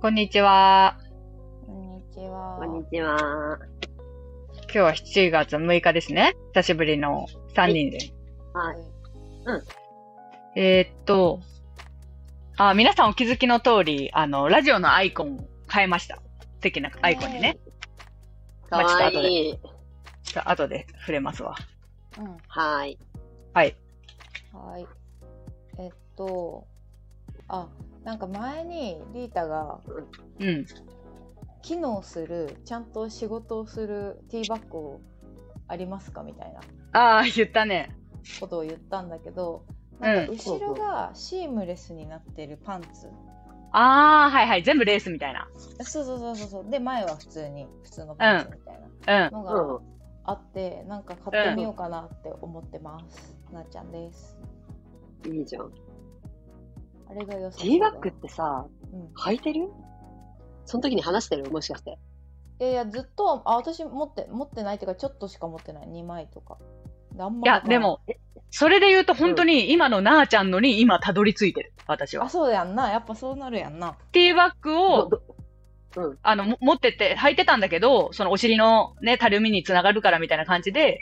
こんにちは。こんにちはこ。んにちは。今日は7月6日ですね。久しぶりの3人で。はい。えーっと、あ、皆さんお気づきの通り、あの、ラジオのアイコンを変えました。素敵なアイコンにね。かまあちょっとわ後でいい。ちょっと後で触れますわ。うん。はい。はい。はい。えっと、あ、なんか前にリータがうん。機能する、ちゃんと仕事をするティーバッグをありますかみたいなああ、言ったね。ことを言ったんだけど、なんかうん後ろがシームレスになってるパンツ。ああ、はいはい。全部レースみたいな。そうそうそうそうそう。で、前は普通に、普通のパンツみたいなうん。のうがん。あって、なんか買ってみようかなって思ってます。なっちゃんです。いいじゃん。あれが良さそうだ T バッグってさ、うん履いてるその時に話してるもしかして。いやいやずっとはあ私持って持ってないっていうかちょっとしか持ってない2枚とかであんいまや、わかんでなも、それで言うと本当に今のなあちゃんのに今たどり着いてる。私あは。そうやんなやっぱそうなるやんなティーバッグをどあの、も持ってって、履いてたんだけど、そのお尻のね、たるみにつながるからみたいな感じで、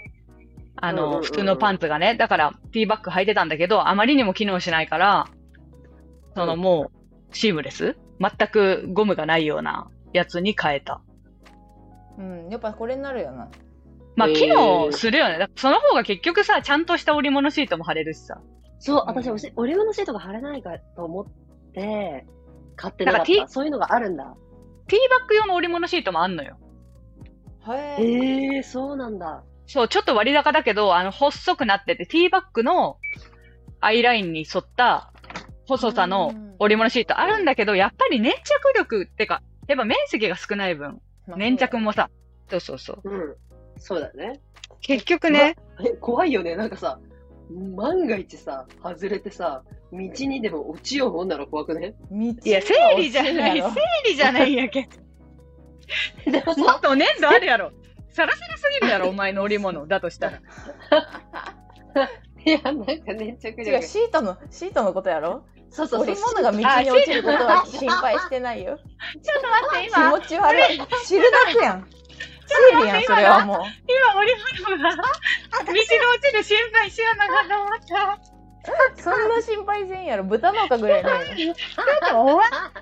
あうんうんうんうの、ん普通のパンツがね、だから、ティーバッグ履いてたんだけど、あまりにも機能しないから、そのうんもう、シームレス全くゴムがないようなやつに変えた。うんやっぱこれになるよなまあ、へー機能するよね。だからその方が結局さ、ちゃんとした織物シートも貼れるしさ。そう、うん私、おしオレオのシートが貼れないかと思って、買ってなかっなんかた。そういうのがあるんだ。ティーバッグ用の織物シートもあんのよ。へえええー、そうなんだ。そう、ちょっと割高だけど、あの、細くなってて、ティーバッグのアイラインに沿った細さの織物シートあるんだけど、やっぱり粘着力ってか、やっぱ面積が少ない分、粘着もさ、そうそうそう。うん。そうだよね。結局ね、え、怖いよね。なんかさ、万が一さ、外れてさ、道にでも落ちようもんなら怖くね道いや、整理じゃない、整理じゃないんやけ ん。でももっさ、と粘土あるやろ。さらさらすぎるやろ、お前の織物だとした ら。 いや、なんか粘着違う力。シートのシートのことやろそうそうそう。織物が道に落ちることは心配してないよちょっと待って、気 今、持ち悪いシルダックやんシールやんそれはもう今織物が、道に落ちる心配しやなかと思った。そんな心配せんやろ豚の丘ぐらいないよお前、無駄なこ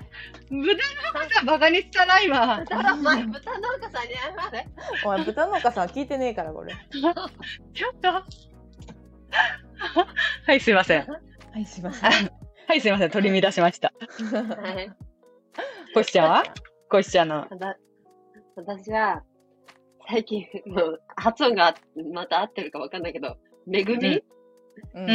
とはバカにしたな、今。ただ、前、豚農家さんに謝れ。お前豚の丘さんは聞いてねえからこれちょっと。 はい、すいません。はいすいませんはい、すいません。取り乱しました。はい。コシちゃんはコシちゃんの。だ私は、最近、もう発音がまた合ってるかわかんないけど、めぐみ、ううんん。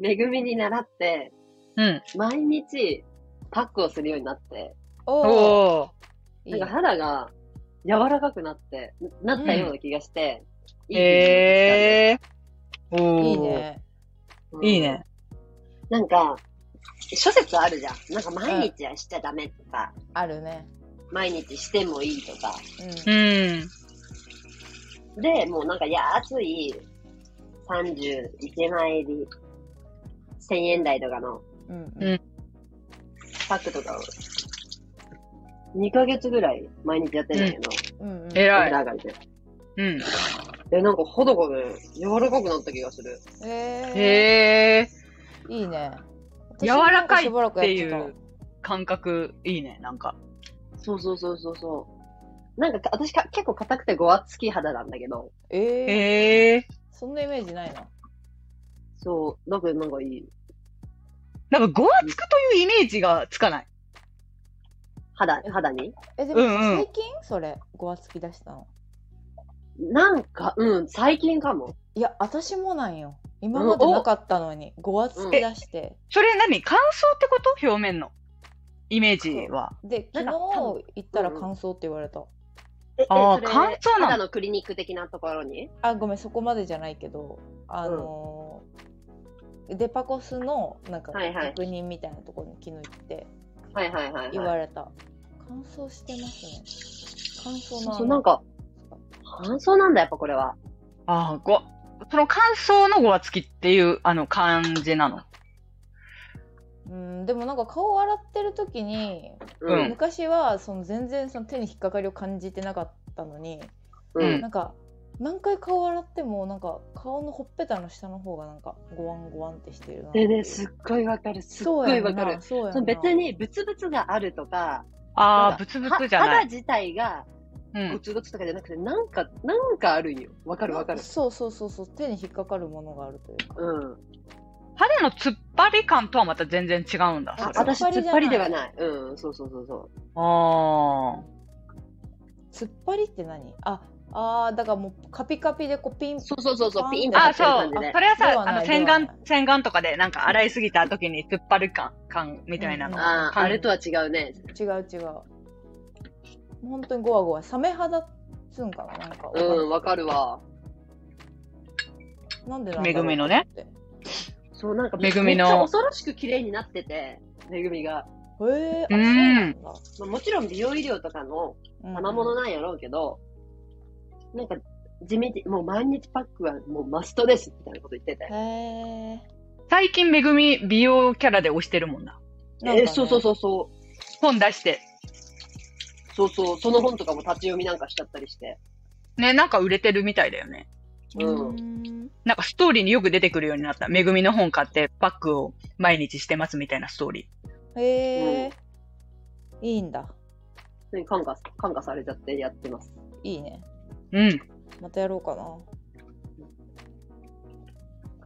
めぐみに習って、うん。毎日パックをするようになって、おおおお。なんか肌が柔らかくなって、なったような気がして、いい気ええ。おーいい。ね分いい。ね。うんなんか、諸説あるじゃん。なんか毎日はしちゃダメとか、あるね毎日してもいいとか。ううん。で、もうなんか安い31枚入り1000円台とかのん。うん。うんパックとかを2ヶ月ぐらい毎日やってんだけど、うん。うん。お偉風い。呂上がりで。うん。え、なんか肌がね、柔らかくなった気がする。えへえ。ー。いいね。柔らかい私もなんしばらくっやてていたう感覚、いいね、なんか。そうそうそうそうそう。なんかか私か結構硬くてごわつき肌なんだけど、ええ。へえ。そんなイメージないな。そう、だけどなんかいい。なんか、ごわつくというイメージがつかない。肌、肌にえ、でもうんうん最近それ、ごわつき出したの。なんか、うん、最近かも。いや、私もなんよ。今までなかったのに、ごわつき出して。それ何乾燥ってこと表面の。イメージは。で、な昨ん日か行ったらうんうん乾燥って言われた。え、えあーそれ乾燥なの肌のクリニック的なところにあ、ごめん、そこまでじゃないけど、あのー、デパコスのなんかはいはい確認みたいなところに昨日行ってはいはいはい、はい。言われた。乾燥してますね。乾燥そうなそう、のなんか、乾燥なんだ、やっぱこれは。ああ、ご、その乾燥のごわつきっていう、あの、感じなの。うん、でもなんか顔を洗ってる時に、うん昔はその全然その手に引っかかりを感じてなかったのに、うん。なんか何回顔を洗ってもなんか顔のほっぺたの下の方がなんかごわんごわんってしてるなでね、すっごいわかる。すっそうごやいんなわかる。そうやんなその別にブツブツがあるとか、あなあ、んブツブはツじゃな肌い。自体がうゴん。ツゴツとかじゃなくて、なんか、なんかあるんよ。わかるわかる。そうそうそうそう手に引っかかるものがあるというか、うん。肌の突っ張り感とはまた全然違うんだ。あそれは私、突っ張りではない。うん、そうそうそうそう。あ突っ張りって何ああーだからもうカピカピでこうピンそうそうそうそう、ピーンとあ。あなあ、ってそうる感じ。でそ。れはでさ、はあないの、では洗ない顔、洗顔とかでなんか洗いすぎた時に突っ張る感、感みたいなの。ああ、感あれとは違うね。違う違うもう本当にゴワゴワサメ肌っつうんかななんか、うん、わかるわ。なんでなんめぐみのねへそう、なんか、めぐみのめっちゃ恐ろしく綺麗になってて、めぐみが。えー、あそううんなんだまあもちろん美容医療とかのうん賜物なんやろうけど、なんか、地味に、もう毎日パックはもうマストですみたいなこと言ってて。へえ最近、めぐみ美容キャラで推してるもんな。えーそうそうそうそう。本出して。そうそう。その本とかも立ち読みなんかしちゃったりして。ね、なんか売れてるみたいだよね。ううんんなんかストーリーによく出てくるようになった。めぐみの本買ってバッグを毎日してますみたいなストーリー。へえ、いいんだそれに感化、感化されちゃってやってます。いいねうん。またやろうかな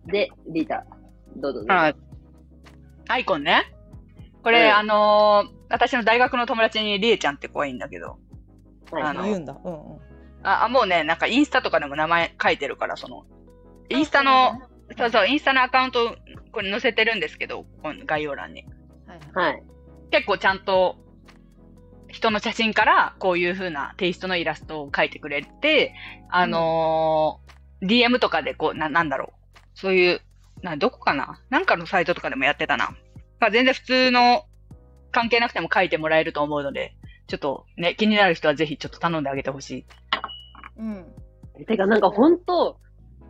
で、リータ、どうぞどうぞ。はい。アイコンね。これ、うんあのー私の大学の友達にりえちゃんって子がいいんだけど、はいあの言うんだうんうんあ、あもうね、なんかインスタとかでも名前書いてるから、その、インスタはの、そうそう、インスタのアカウント、これ載せてるんですけど、この概要欄に。いはいはい。結構ちゃんと、人の写真から、こういう風なテイストのイラストを書いてくれて、あのー DM とかで、こう、な、なんだろう。そういう、な、どこかななんかのサイトとかでもやってたな。まあ、全然普通の、関係なくても書いてもらえると思うので、ちょっとね、気になる人はぜひちょっと頼んであげてほしい。うんてか、なんか本当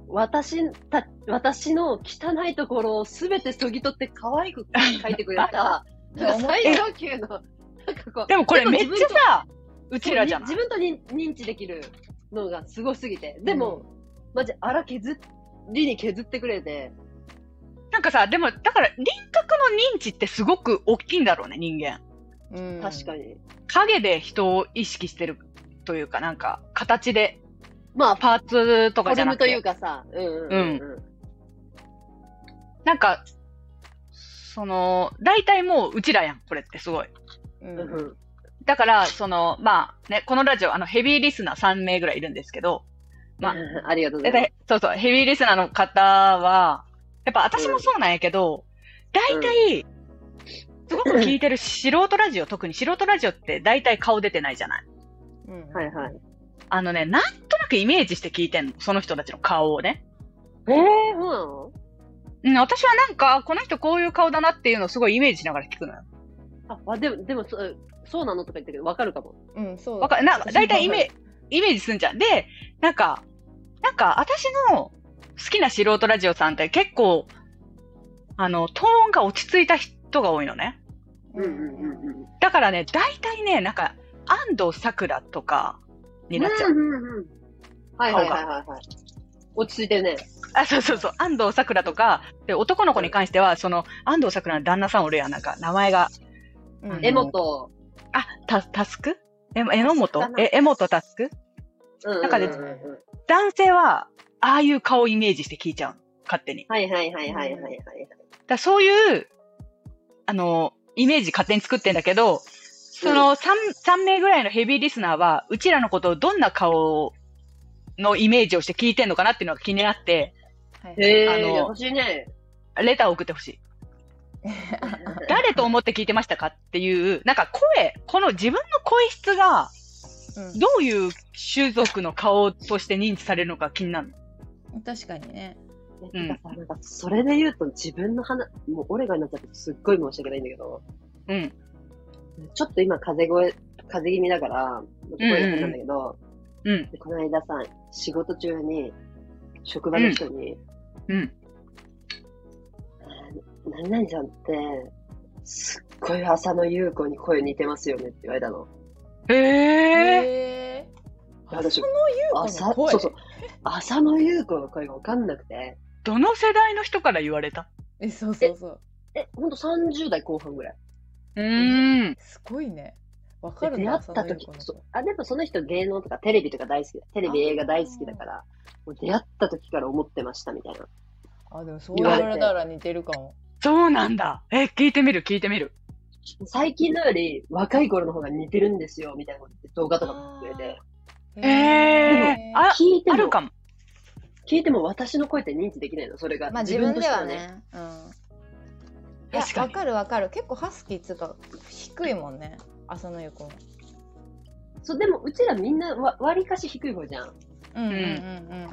私た、私の汚いところをすべてそぎ取って可愛く書いてくれ た、なんか最上級の、なんかこう、でもこれでもめっ自分ちゃさ、うちらじゃなそういに自分とに認知できるのがすごすぎて。でも、マジ、あら削りに削ってくれて。なんかさ、でも、だから輪郭の認知ってすごく大きいんだろうね、人間。うん確かに。影で人を意識してるというか、なんか、形でまあ、フパーツとォかじゃルなムくというて、かさ、うんうんうんなんか、その、大体もううちらやん、これってすごい。うんうん。うんだから、その、まあね、このラジオ、あの、ヘビーリスナー3名ぐらいいるんですけど、まあ ありがとうご大ざい体、そうそう、ヘビーリスナーの方は、やっぱ私もそうなんやけど、大体、すごく聞いてる素人ラジオ、特に素人ラジオって大体顔出てないじゃない。うんます。はいはい。あのね、なんとなくイメージして聞いてんの、その人たちの顔をね。ええそうなのうん、私はなんか、この人こういう顔だなっていうのをすごいイメージしながら聞くのよ。あ、わでも、でもそう、そうなのとか言ったけど、わかるかも。うんそうわかる、なんか、だいたいイージメイメージすんじゃん。で、なんか、なんか、私の好きな素人ラジオさんって結構、あの、トーンが落ち着いた人が多いのね。うんうんうんうん。だからね、だいたいね、なんか、安藤さくらとかになっちゃう。んうんうん。はいはいはいはいはい。落ち着いてるね。あ、そうそうそう、安藤さくらとか、で、男の子に関しては、その、安藤さくらの旦那さんおるやん、なんか、名前が、うんうんエモと、あ、た、タスクえ、えのもとタスクかなえ、えもとタスクうんうんうんうん中で男性は、ああいう顔をイメージして聞いちゃうの。勝手に。だかはいはいはいはいはいはい。らそういう、あの、イメージ勝手に作ってんだけど、その 3, 3名ぐらいのヘビーリスナーは、うちらのことをどんな顔のイメージをして聞いてんのかなっていうのが気になって、はいへあえ、の優しいね。レターを送ってほしい。誰と思って聞いてましたかっていう、なんか声、この自分の声質が、うんどういう種族の顔として認知されるのか気になるの。確かにねうんてかさなんかそれで言うと自分の話、もうオレガになっちゃってすっごい申し訳ないんだけど、うん。ちょっと今風邪声、風邪気味だから、声が変なんだけど、うん。でこの間さ、仕事中に、職場の人に、うん。何々さんって、すっごい浅野優子に声似てますよねって言われたの。へええー、私浅野ゆう子浅の声そうそう浅野優子の声がわかんなくて。どの世代の人から言われたえそうそうそうえ、ほんと30代後半ぐらい。うーん。すごいねわかるで出ね会っ浅た野ゆう時子のそ声うあ、でもその人芸能とかテレビとか大好きだ。テレビ映画大好きだから、もう出会った時から思ってましたみたいな。あでもそう言われたら似てるかもそうなんだ。え、聞いてみる、聞いてみる。最近のより若い頃の方が似てるんですよみたいなこと言って動画とかも作れて、ええー。あ、聞いてあるも、かも。聞いても私の声って認知できないの、それが。まあ自分では。ねうんいや確かわに。かるわかる結構ハスキーっつうか低いもんね浅野ゆう子もそう、でもうちらみんなわ割りかし低い方じゃん。うんうんうんうん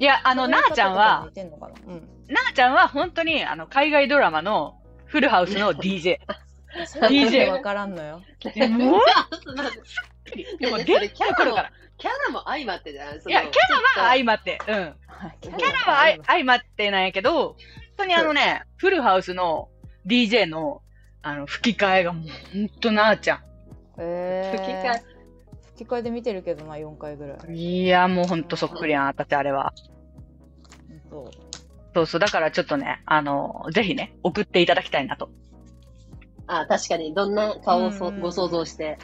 いや、ああの、なあちゃんは、似てんのかなうんなあちゃんは本当に、あの、海外ドラマの、フルハウス の DJ。それ DJ わからんのよえもうでも、ね出それてくるから。 キャラも相まってじゃないいや、キャラはま相まって。うん。キキャラは相相まってなんやけど、本当にあのね、フルハウスの DJ の、あの、吹き替えがもう、本当なあちゃえ吹き替えー、吹き替えで見てるけどな4回ぐらいん。いや、もう本当そっくりやん、私あれは。そうそうそう、だからちょっとね、あの、ぜひね、送っていただきたいなと。あ、確かに、どんな顔をそうんご想像して。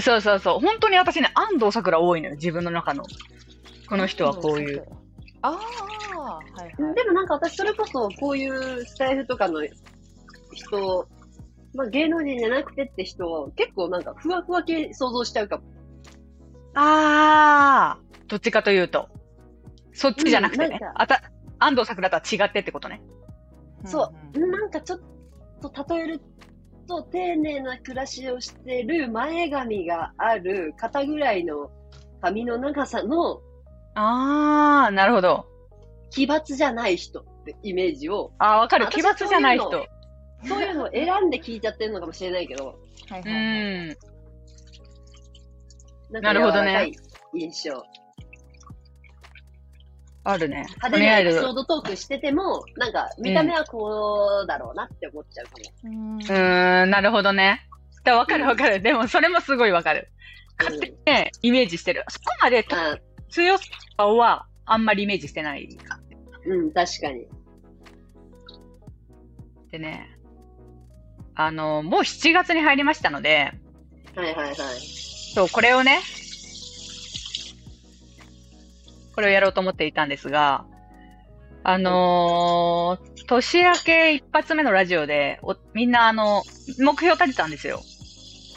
そうそうそう、本当に私ね、安藤サクラ多いのよ、自分の中の。この人はこういう。ああはいはいでもなんか私、それこそ、こういうスタイフとかの人、まあ芸能人じゃなくてって人、結構なんか、ふわふわ系想像しちゃうかも。あー、どっちかというと、そっちじゃなくてうんなねんか、あた、安藤サクラとは違ってってことね。そんう、なんかちょっと例えると、丁寧な暮らしをしてる前髪がある肩ぐらいの髪の長さのあー、なるほど。奇抜じゃない人ってイメージを、あー、わかる。奇私抜じゃない人。そういうそういうのを選んで聞いちゃってるのかもしれないけど、はいはういはいん。ななんかる柔ほどらねかい印象。あるね。派手なエピソードトークしてても、なんか見た目はこうだろうなって思っちゃうかも。うんうーん、なるほどね。だわかるわかる。でも、それもすごいわかる。勝手にね、イメージしてる。そこまであ通用する顔は、あんまりイメージしてないか。うん、確かに。でね、あの、もう7月に入りましたので、はいはいはい。そう、これをね、これをやろうと思っていたんですが、あのー年明け一発目のラジオで、おみんなあの、目標立てたんですよ。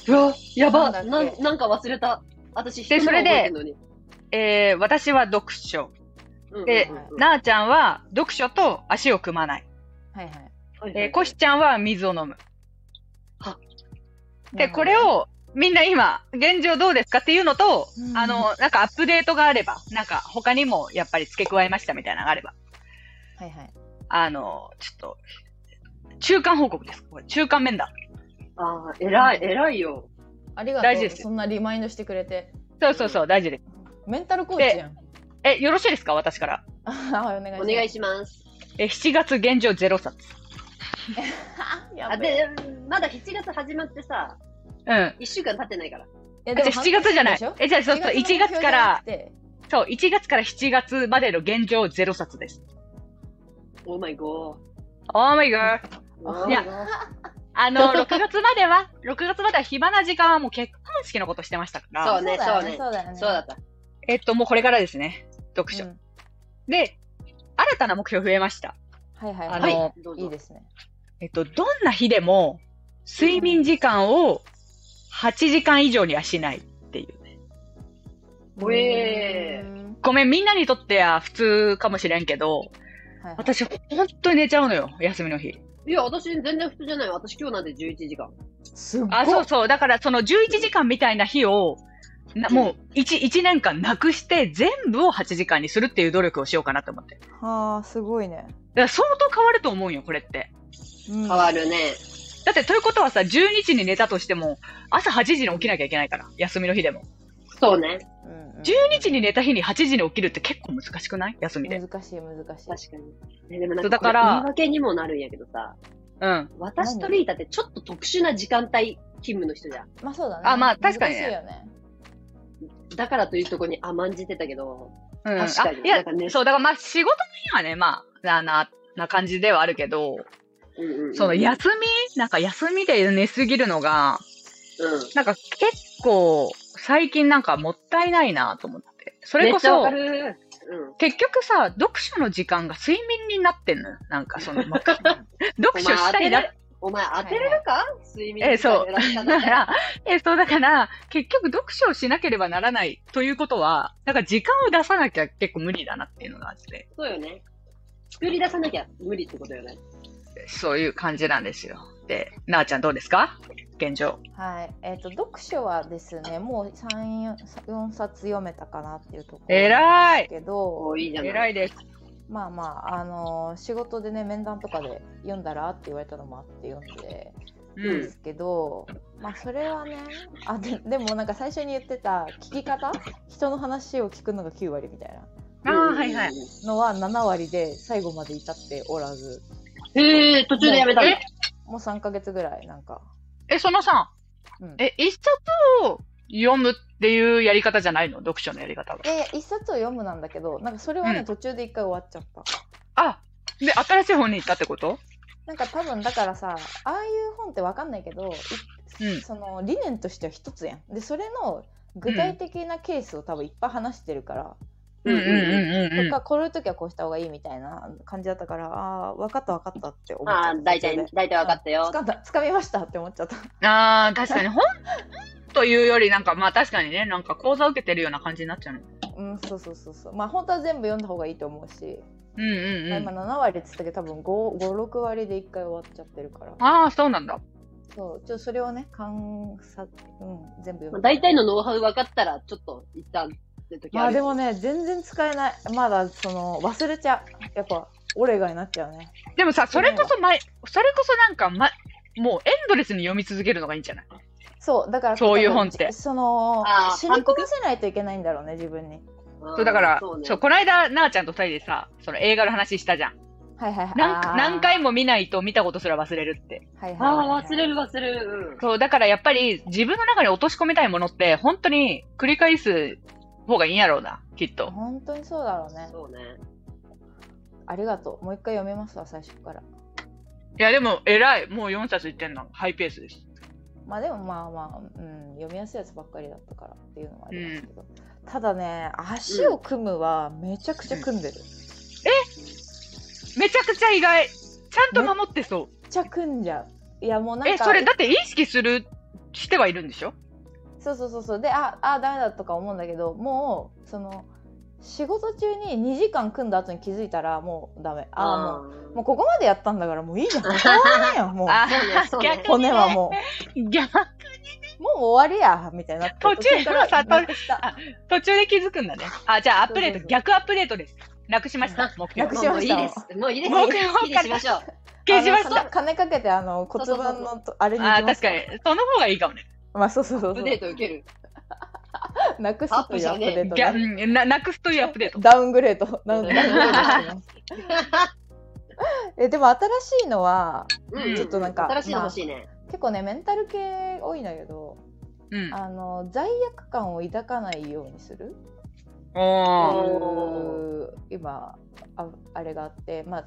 うわ、やばななんんだっけなんか忘れた。私、で人のそれで覚えてんのにえー、私は読書。うんでうんうんうんなあちゃんは読書と足を組まない。はいはいえー、こしちゃんは水を飲む。で、これをを、みんな今、現状どうですかっていうのと、うんあの、なんかアップデートがあれば、なんか他にもやっぱり付け加えましたみたいなのがあれば、はいはいあの、ちょっと、中間報告です。これ中間面談。ああ、偉い、偉いよ。ありが大事とでうすそんなリマインドしてくれてそうそうそう、大事です。メンタルコーチやんえ、よろしいですか私から。あ ーお願いしお願いします。え、7月現状0冊。ますやあ、べえで、まだ7月始まってさ、うん。 1週間経ってないから。いやじゃであも7月じゃない半年でしょ。え、じゃあそうそう、1月から7、月そう、1月から7月までの現状0冊です。オーマイゴ Oh my god! ー。いやあの、6月までは、6月までは暇な時間はもう結婚式のことしてましたから。そのうね表そう題ねしてそうだよねそうだった。えっと、もうこれからですね。読書。うんで、新たな目標増えました。はいはいあはのいはい、どうぞ。いいですねえっと、どんな日でも、睡眠時間を8時間以上にはしないっていう。ほえーうんごめん、みんなにとっては普通かもしれんけど、はいはい私、本当に寝ちゃうのよ、休みの日。いや、私全然普通じゃないよ。私今日なんで11時間。すっごいあ、そうそう。だから、その11時間みたいな日を、なもう1、一年間なくして、全部を8時間にするっていう努力をしようかなと思って。だかはあすごいねら相当変わると思うよ、これって。変変わるね。だって、ということはさ、12時に寝たとしても、朝8時に起きなきゃいけないから、休みの日でも。そうね。 12時に寝た日に8時に起きるって結構難しくない休みで。難しい難しい確かに。ねでもなんそうだかだかからら言い訳にもなるんやけどさ、うんうん。私とリータってちょっと特殊な時間帯勤務の人じゃん。まあそうだね。あまあ確かにね難しいよね。だからというとこに甘んじてたけど、うん、確かあにいや、なんかねそう、だからまあ仕事の日はね、まあ、な、な、な感じではあるけど、うんうんうんその休みなんか休みで寝すぎるのが、うんなんか結構、最近なんかもったいないなと思って。それこめっちゃそわか、るうん結局さ、読書の時間が睡眠になってんのよ。なんかその、ま 読お書前したいな。お前当てれるか睡眠え、そう。時間だか狙ったの ら、え、そうだから、結局読書をしなければならないということは、なんか時間を出さなきゃ結構無理だなっていうのがあって、そうよね。作り出さなきゃ無理ってことよね。そういう感じなんですよ。で、なあちゃんどうですか現状。はい。えっ、と読書はですね、もう三四冊読めたかなっていうところ。えらい。いけど、おいいじゃない。偉いです。まあまああのー仕事でね面談とかで読んだらって言われたのもあって読んで。うでん。すけど、まあそれはねあででもなんか最初に言ってた聞き方人の話を聞くのが9割みたいなああ、はいはい。い。のは7割で最後まで至っておらずへえ、途中でやめたんだえ。もう3ヶ月ぐらいなんか、え、そのさ、うん、え、一冊を読むっていうやり方じゃないの読書のやり方がい。やいや一冊を読むなんだけどなんかそれはね、うん途中で一回終わっちゃったあ、で、新しい本に行ったってことなんか多分だからさああいう本ってわかんないけど、いうんその理念としては一つやんでそれの具体的なケースを多分いっぱい話してるから、うんうんうんうんうんとかこういう時はこうした方がいいみたいな感じだったからああ分かった分かったって思っちゃったああ、大体、大体分かったよつ。かんだつかみましたって思っちゃったああ、確かに、本というより、なんか、まあ確かにね、なんか講座受けてるような感じになっちゃうの。うんそうそうそうそうまあ本当は全部読んだ方がいいと思うし、うんうんまあう今ん。 7割っつったけど多分56割で1回終わっちゃってるからああ、そうなんだ。そうちょっとそれをね観察、うん、全部読まあむ大体のノウハウ分かったら、ちょっと一旦って時まあある。でもね全然使えないまだその忘れちゃうやっぱオレガになっちゃうねでもさ、それこそ前、それこそなんか、ま、もうエンドレスに読み続けるのがいいんじゃないそうだからそういう本ってそのあー染み込ませないといけないんだろうね自分にうんそうだから、そうねそう、この間、なあちゃんと二人でさ、その映画の話したじゃん。はいはいはいなんあー何回も見ないと見たことすら忘れるって。はいはいはいあはいあ、忘れる忘れる。そう、だからやっぱり自分の中に落とし込みたいものって、本当に繰り返す方がいいんやろうな、きっと。本当にそうだろううんねそうね。ありがとうもう一回読めますわ最初からいや、でも、偉い。もう4冊いってんの。ハイペースです。まあでもまあまあ、うん、読みやすいやつばっかりだったからっていうのもありますけど、ただね足を組むはめちゃくちゃ組んでる、めちゃくちゃ意外。ちゃんと守ってそめっちゃ組んじゃういやもうう。なんえ、かそれだって意識する、してはいるんでしょそうそうそうそうでああダメだとか思うんだけどもうその仕事中に2時間組んだ後に気づいたらもうダメああもうもうここまでやったんだからもういいじゃ んしょうがないよもうあそうねそうね逆に骨ねはも逆うもう終わりやみたいになって途中からさなくした途中で気づくんだね。あ、じゃあアップデーそうト、そうそう逆アップデートです。なくしました。目標なく。しもまういしいたです。もういいです。も好うきにしましょう。消しましあのた。か金かけてあの骨そうそうそ盤うのとあれに行あきー、ます確かかに。その方がいいかもね。まあそうそうそアうッそプうデート受ける。なくすというアップデートぎゃうねんななくすというアップデート。ダウングレードダウンダウングレードしてますえでも新しいのはうんちょっとなんか新しいの欲しいね。結構ねメンタル系多いんだけどうん。あの罪悪感を抱かないようにするっておー。いう今ああれがあって、まあ、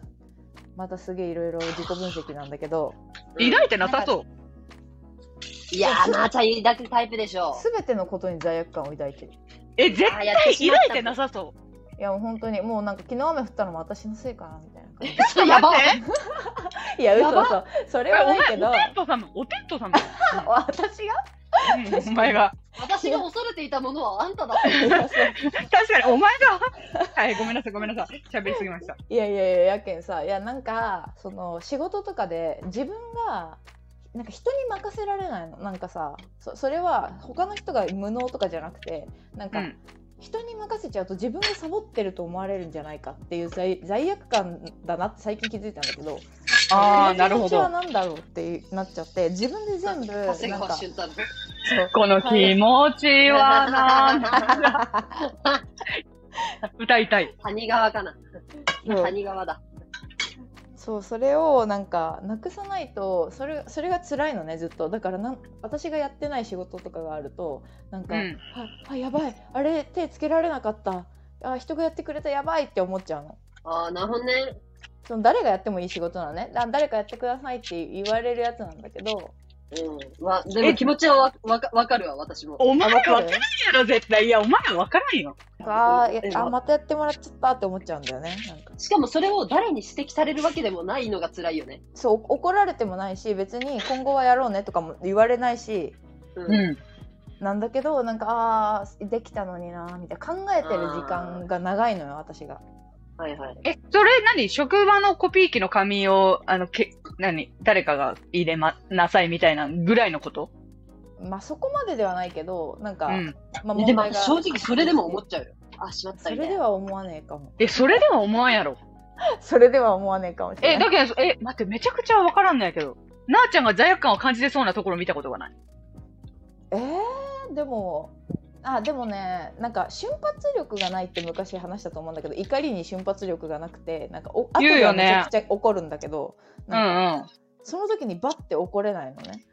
またすげえいろいろ自己分析なんだけどうん抱いてなさそう。いやー、まーちゃん抱くタイプでしょう。全てのことに罪悪感を抱いてるえ、絶あ対ーやってしまっ抱いたてなさそいやもう本当にもうなんか昨日雨降ったのも私のせいかなみたいな感う。ちょっとやば待って。じ いやや嘘ば嘘そおれ前、はおないけてんどと様、おてんと 様。私がうんお前が。私が恐れていたものはあんただった。確かに、お前が。はい、ごめんなさい、ごめんなさい。喋りすぎました。いやいやいややけんさいやなんかその仕事とかで自分がなんか人に任せられないのなんかさそそれは他の人が無能とかじゃなくてなんうかん。人に任せちゃうと自分がサボってると思われるんじゃないかっていう罪罪悪感だなって最近気づいたんだけどああ、なるほこの気持ちはど。何だろうってなっちゃって自分で全部な長ん谷か川そう俊太郎。この気持ちはなんだ歌いたい。谷川かな。そう谷川だ。そうそれをなんかなくさないとそれそれが辛いのねずっとだからなん私がやってない仕事とかがあるとなんか、うんああやばいあれ手つけられなかったあ人がやってくれたやばいって思っちゃうのああ、なるほどね。その誰がやってもいい仕事なのねだ誰かやってくださいって言われるやつなんだけどうん。わ、でも気持ちはわわかわかるわ、私も。お前わわかるるやろ、絶対。いや、お前わからんよ。あーやえあまたやってもらっちゃったって思っちゃうんだよねなんかしかもそれを誰に指摘されるわけでもないのが辛いよね。そうお怒られてもないし別に今後はやろうねとかも言われないしうん。うん。なんだけどなんかああーできたのになーみたいな考えてる時間が長いのよ私がはいはい。え、それ何職場のコピー機の紙を、あの、け、何誰かが入れま、なさいみたいなぐらいのことまあそこまでではないけどなんうか、ん。まあでも正直それでも思っちゃうよ。あ、しまったそみれたでいな。は思わねえかもえ、それでは思わんやろ。それでは思わねえかもしれえ、ないだけど、え、待って、めちゃくちゃわからんのやけど。なあちゃんが罪悪感を感じてそうなところ見たことがない。えー、でもあでもねなんか瞬発力がないって昔話したと思うんだけど怒りに瞬発力がなくてなんかお後言うでよはねめちゃくちゃ怒るんだけど、うんなんかうん。その時にバッて怒れないのね。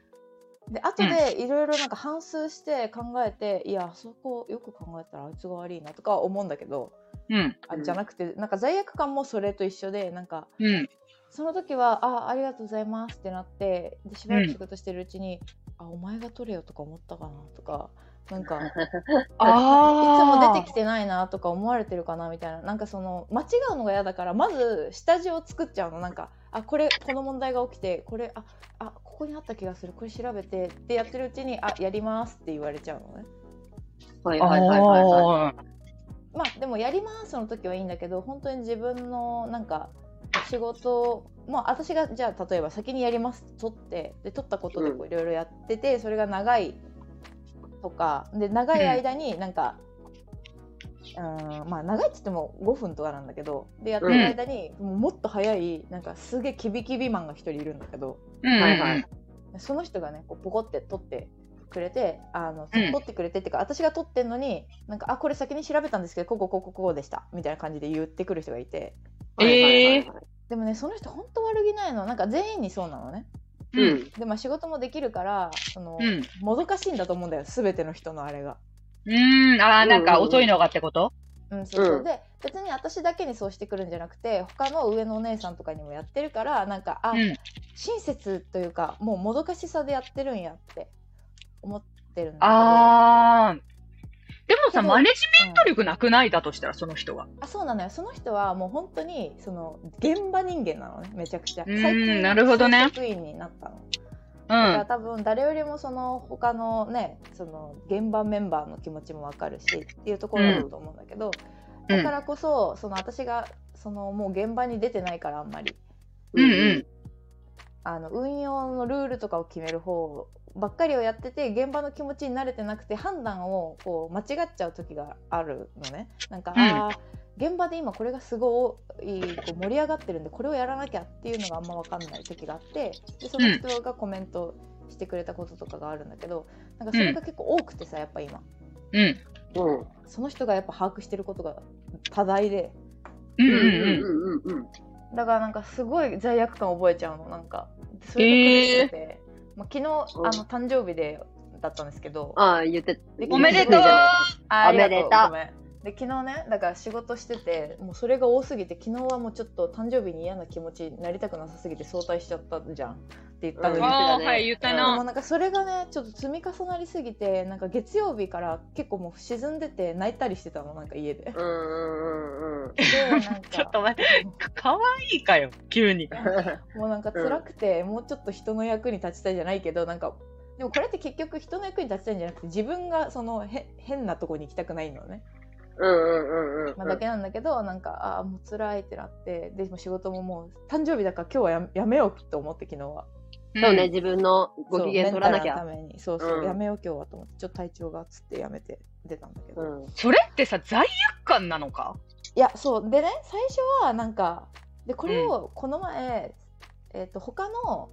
で後でいろいろなんか反芻して考えて、いやあそこよく考えたらあいつが悪いなとかは思うんだけどうん。あうんじゃなくてなんか罪悪感もそれと一緒でなんかうん。その時は「あありがとうございます」ってなってでしばらく仕事してるうちに「あお前が取れよ」とか思ったかなとかなんかいつあも出てきてないなとか思われてるかなみたいななんかその間違うのが嫌だからまず下地を作っちゃうのなんかあこれこの問題が起きてこれああここにあった気がするこれ調べてってやってるうちに「あやります」って言われちゃうのね。はいあはいはいはいはい。ーまあでもやりますの時はいいんだけど本当に自分のなんか仕事をまあ私がじゃあ例えば先にやりますって取ってで取ったことでこういろいろやってて、それが長いとかで長い間になんか、うーんまあ長いって言っても5分とかなんだけどでやってる間にもうもっと早いなんかすげえキビキビマンが一人いるんだけどうんうんうん。はいはいその人がねこうポコって取ってくれてあのうん取ってくれてっていうか、私が取ってんのになんかあこれ先に調べたんですけどここここここでしたみたいな感じで言ってくる人がいてえでもねその人本当悪気ないのなんか全員にそうなのねーう。ん。でまあ仕事もできるからその、うん。もどかしいんだと思うんだよ全ての人のあれが。うん。ああ、なんうんかうん遅いのがってことうん、そうそううんで別に私だけにそうしてくるんじゃなくて他の上のお姉さんとかにもやってるからなんかあ、うん親切というかもうもどかしさでやってるんやって思ってるんだけどああ。でもけさ、どマネジうメンんト力なくないだとしたら、その人が。あそうなのよその人はもう本当にその現場人間なのねめちゃくちゃうーんなるほどね新職員になったのうだからん。多分誰よりもその他のねその現場メンバーの気持ちもわかるしっていうところだと思うんだけど、うんだからこそその私がそのもう現場に出てないからあんまりうんうん。あの運用のルールとかを決める方ばっかりをやってて現場の気持ちに慣れてなくて判断をこう間違っちゃう時があるのねなんか、うんあー現場で今これがすごいこう盛り上がってるんでこれをやらなきゃっていうのがあんま分かんない時があってでその人がコメントしてくれたこととかがあるんだけどなんかそれが結構多くてさやっぱ今うん。うん。その人がやっぱ把握してることが多大でうんうんうんうん。うんうんうん。だからなんかすごい罪悪感覚えちゃうのなんかそれで苦しくて、まあ、昨うん日あの誕生日でだったんですけどああ、言って。おめでとうああおめでとありうがごめんで昨日ねだから仕事しててもうそれが多すぎて昨日はもうちょっと誕生日に嫌な気持ちになりたくなさすぎて早退しちゃったじゃんって言ったのうに、でんもああ、はい、言ったもうな。なんかそれがねちょっと積み重なりすぎてなんか月曜日から結構もう沈んでて泣いたりしてたのなんか家 で。でうんうんうんうん。なんかちょっと待って、かわいいかよ、急に。もうなんか辛くて、もうちょっと人の役に立ちたいじゃないけどなんかでもこれって結局人の役に立ちたいんじゃなくて自分がそのへ変なとこに行きたくないのね、うんうんうんうん。まあ、だけなんだけど、なんかあーもう辛いってなってでも仕事ももう誕生日だから今日はややめようと思って昨日はそうね、自分のご機嫌取らなきそうメゃ。ンタルのためにそうそう、うんやめよう今日はと思ってちょっと体調がっつってやめて出たんだけど、ういん。それってさ、罪悪感なのかやそうでね最初はなんかでこれをこの前、えっと他の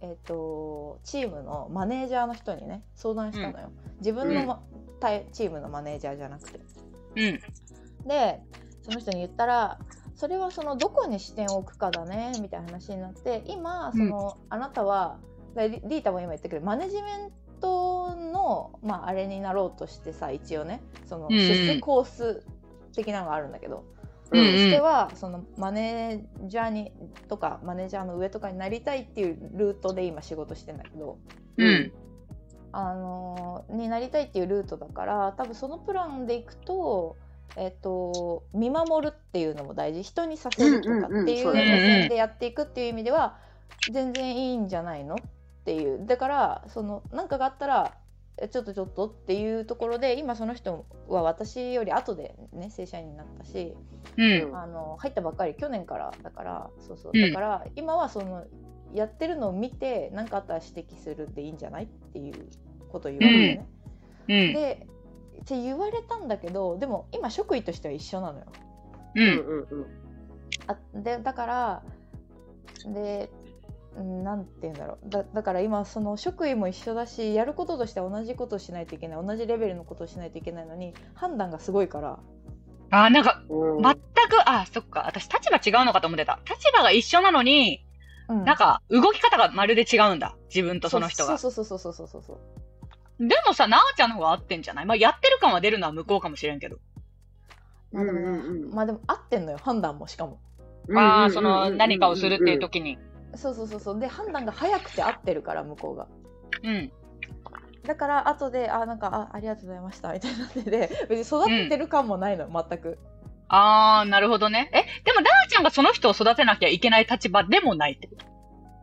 えっとチームのマネージャーの人にね相談したのよ、自分の、まタイチームのマネージャーじゃなくてうん。でその人に言ったら「それはそのどこに視点を置くかだねみたいな話になって今その、あなたはでリリータも今言ったけどマネジメントの、まあ、あれになろうとしてさ一応ねそのうんうん出世コース的なのがあるんだけど、うんうんとしてはそのマネージャーにとかマネージャーの上とかになりたいっていうルートで今仕事してんだけど。うん。あのになりたいっていうルートだから多分そのプランでいくと、えっと見守るっていうのも大事人にさせるとかうんうんうんっていうそう目だね線でやっていくっていう意味では全然いいんじゃないのっていうだからその何かがあったらえちょっとちょっとっていうところで今その人は私より後でね正社員になったしうん。あの入ったばっかり去年からだからそうそううんだから今はそのやってるのを見て何かあったら指摘するでいいんじゃないっていうことを言われてね。うん。でって言われたんだけどでも今職位としては一緒なのよ。ううんん。うんうんあでだからでうんなんて言うんだろうだだから今その職位も一緒だしやることとしては同じことをしないといけない同じレベルのことをしないといけないのに判断がすごいからあー、なんか、うん。全く、あ、そっか。私、立場違うのかと思ってた。立場が一緒なのに、うんなんか、動き方がまるで違うんだ。自分とその人が。そうそうそうそうそうそうそうでもさ、なあちゃんの方が合ってんじゃないまあ、やってる感は出るのは向こうかもしれんけど。まあでもねうんうんうんまあでも合ってんのよ判断もしかもああ、その、何かをするっていう時に。そうそうそうそうで判断が早くて合ってるから向こうがうん。だから後であなんかあありがとうございましたみたいなってで別に育ってる感もないの、全くああ、なるほどね。え、でも、なあちゃんがその人を育てなきゃいけない立場でもないってこと。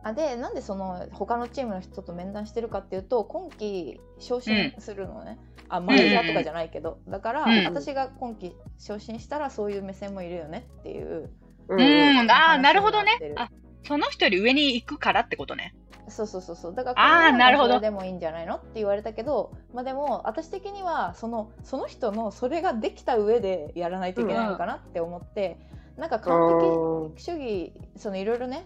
あでなんでその他のチームの人と面談してるかっていうと今期昇進するのね、あマネージャーとかじゃないけど、だから、うん私が今期昇進したらそういう目線もいるよねっていううんううんん、ああ、話になるほどなってね。るあ、その人より上に行くからってことね。そうそうそうそうだかあーらこれなるほどそれでもいいんじゃないのって言われたけどまあでも私的にはそのその人のそれができた上でやらないといけないのかなって思って、なんか完璧主義そのいろいろね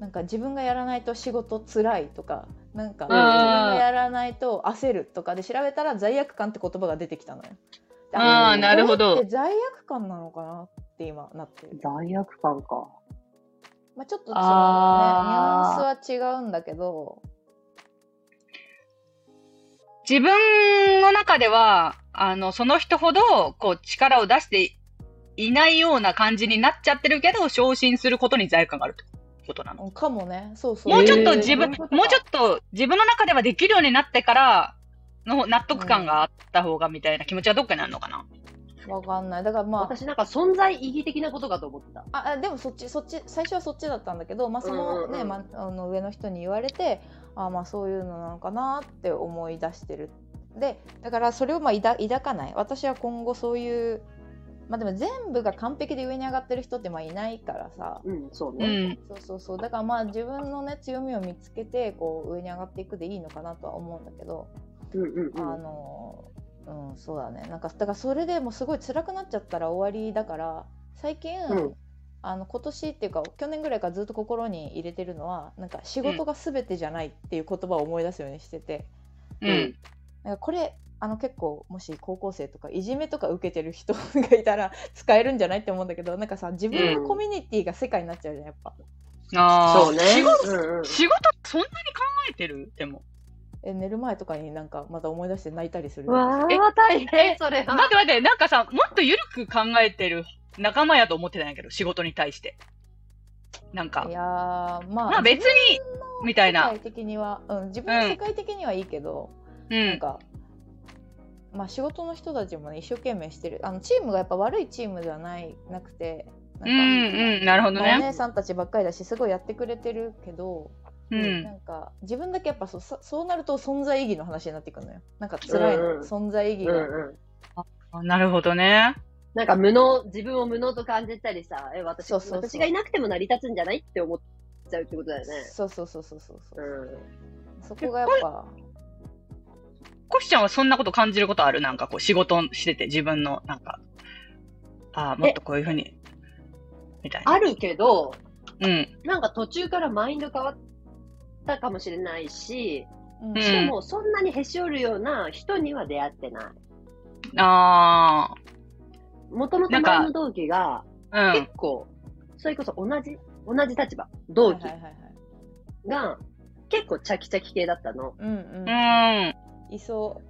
なんか自分がやらないと仕事つらいとかなんか自ん分がやらないと焦るとかで調べたら罪悪感って言葉が出てきたのよ。であーこなるほどれって罪悪感なのかなって今なってる。罪悪感か。まあ、ちょっとそのねニュあーアンスは違うんだけど、自分の中では、あの、その人ほど、こう、力を出していないような感じになっちゃってるけど、昇進することに罪悪感があるってことなの。かもねそうそう。もうちょっと自分、えーそういうことかもうちょっと自分の中ではできるようになってから、の納得感があった方がみたいな気持ちはどっかにあるのかな。わかんないだからまあ私なんか存在意義的なことかと思ってた。ああでもそっちそっち最初はそっちだったんだけど、まあ、そうんうのんうんね、まあの上の人に言われてあまあそういうのなのかなって思い出してるでだからそれをまあ抱抱かない私は今後そういうまあでも全部が完璧で上に上がってる人ってまあいないからさ、うん、そううね。ん。そうそうそうだからまあ自分のね強みを見つけてこう上に上がっていくでいいのかなとは思うんだけど、うんうんうん。あのうんそうだねなんかだからそれでもうすごい辛くなっちゃったら終わりだから最近、うんあの今年っていうか去年ぐらいからずっと心に入れてるのはなんか仕事が全てじゃないっていう言葉を思い出すようにしてて、うん。なんかこれあの結構もし高校生とかいじめとか受けてる人がいたら使えるんじゃないって思うんだけどなんかさ自分のコミュニティが世界になっちゃうじゃんやっぱ、ああ。そうね。仕事、うんうん仕事そんなに考えてるでも。え寝る前とかになんかまた思い出して泣いたりするうわえあ、大変えそ れ待っは。て待って、なんかさ、もっと緩く考えてる仲間やと思ってたんやけど、仕事に対して。なんかい、やーまあ、まあ別に、みたいな世。界的には、うん、自分の世界的にはいいけど、うなんん。か、まあ、仕事の人たちもね一生懸命してるあのチームがやっぱ悪いチームではないなくてなんかうんうん、なるほどまあおね。姉さんたちばっかりだしすごいやってくれてるけど、うんな。んか自分だけやっぱそうそそうなると存在意義の話になってくるのよなんか辛いの、うんうん存在意義うが、んうん。あなるほどね。なんか無能、自分を無能と感じたりさ、え、私、そうそうそう私がいなくても成り立つんじゃないって思っちゃうってことだよね。。そうそうそうそうそうそううんそこがやっぱコシちゃんはそんなこと感じることあるなんかこう仕事してて自分の、なんか、ああ、もっとこういうふうに、みたいな。あるけど、うん。なんか途中からマインド変わったかもしれないし、うんうんしかもそんなにへし折るような人には出会ってない。あもともなとんか前の同期があ、うん結。構それこそ同じ、同じ立場、同期はいはいはいはいが結構チャキチャキ系だったの。うんう。うんんいそ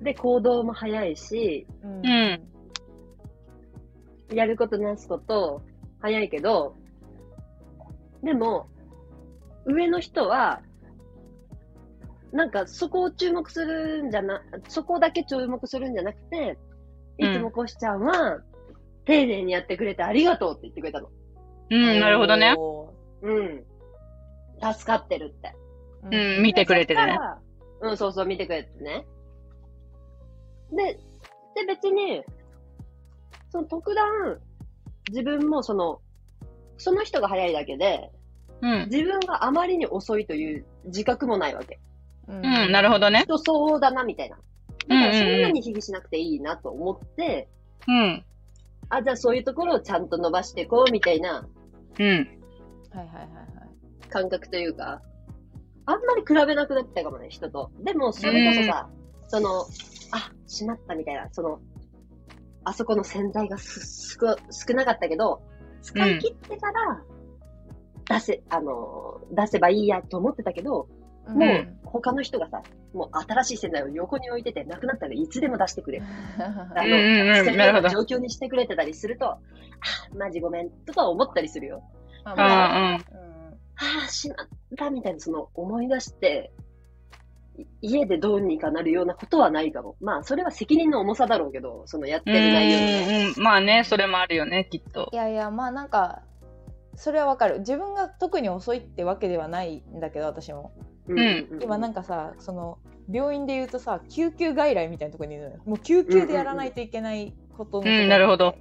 で、行動も早いし、ううんんやることなすこと早いけど、でも、上の人は、なんかそこを注目するんじゃな、そこだけ注目するんじゃなくて、いうんつもこしちゃんは、丁寧にやってくれてありがとうって言ってくれたの。うん、なるほどね。おうん。助かってるって。ーうん見てくれてるねで。そっからうん、そうそう、見てくれてね。で、で、別に、その特段、自分もその、その人が早いだけで、うん。自分があまりに遅いという自覚もないわけ。うんうん、なるほどね。人相応だな、みたいな。だからそんなに卑下しなくていいなと思って、うん。あ、じゃあそういうところをちゃんと伸ばしていこう、みたいなうん。はいはいはいはい感覚というか、あんまり比べなくなったかもね、人と。でも、それこそさ、その、あ、しまったみたいな、その、あそこの洗剤がす、すく、少なかったけど、使い切ってから、出せ、あの、出せばいいやと思ってたけど、うんもう、他の人がさ、もう新しい洗剤を横に置いてて、なくなったらいつでも出してく れ。あうんの、うんうん。なるほど。状況にしてくれてたりすると、あ、マジごめん、とか思ったりするよ。まあうまあんうん。うんああ、しまったみたいな、その思い出して、い家でどうにかなるようなことはないかも。まあ、それは責任の重さだろうけど、そのやってうる内容に。んうん。まあね、それもあるよね、きっとい。やいやまあなんかそれはわかる自分が特に遅いってわけではないんだけど私もうんうん今なんか、かさその病院で言うとさ救急外来みたいなところにいるのよもう救急でやらないといけないことうのんうんうんなるほど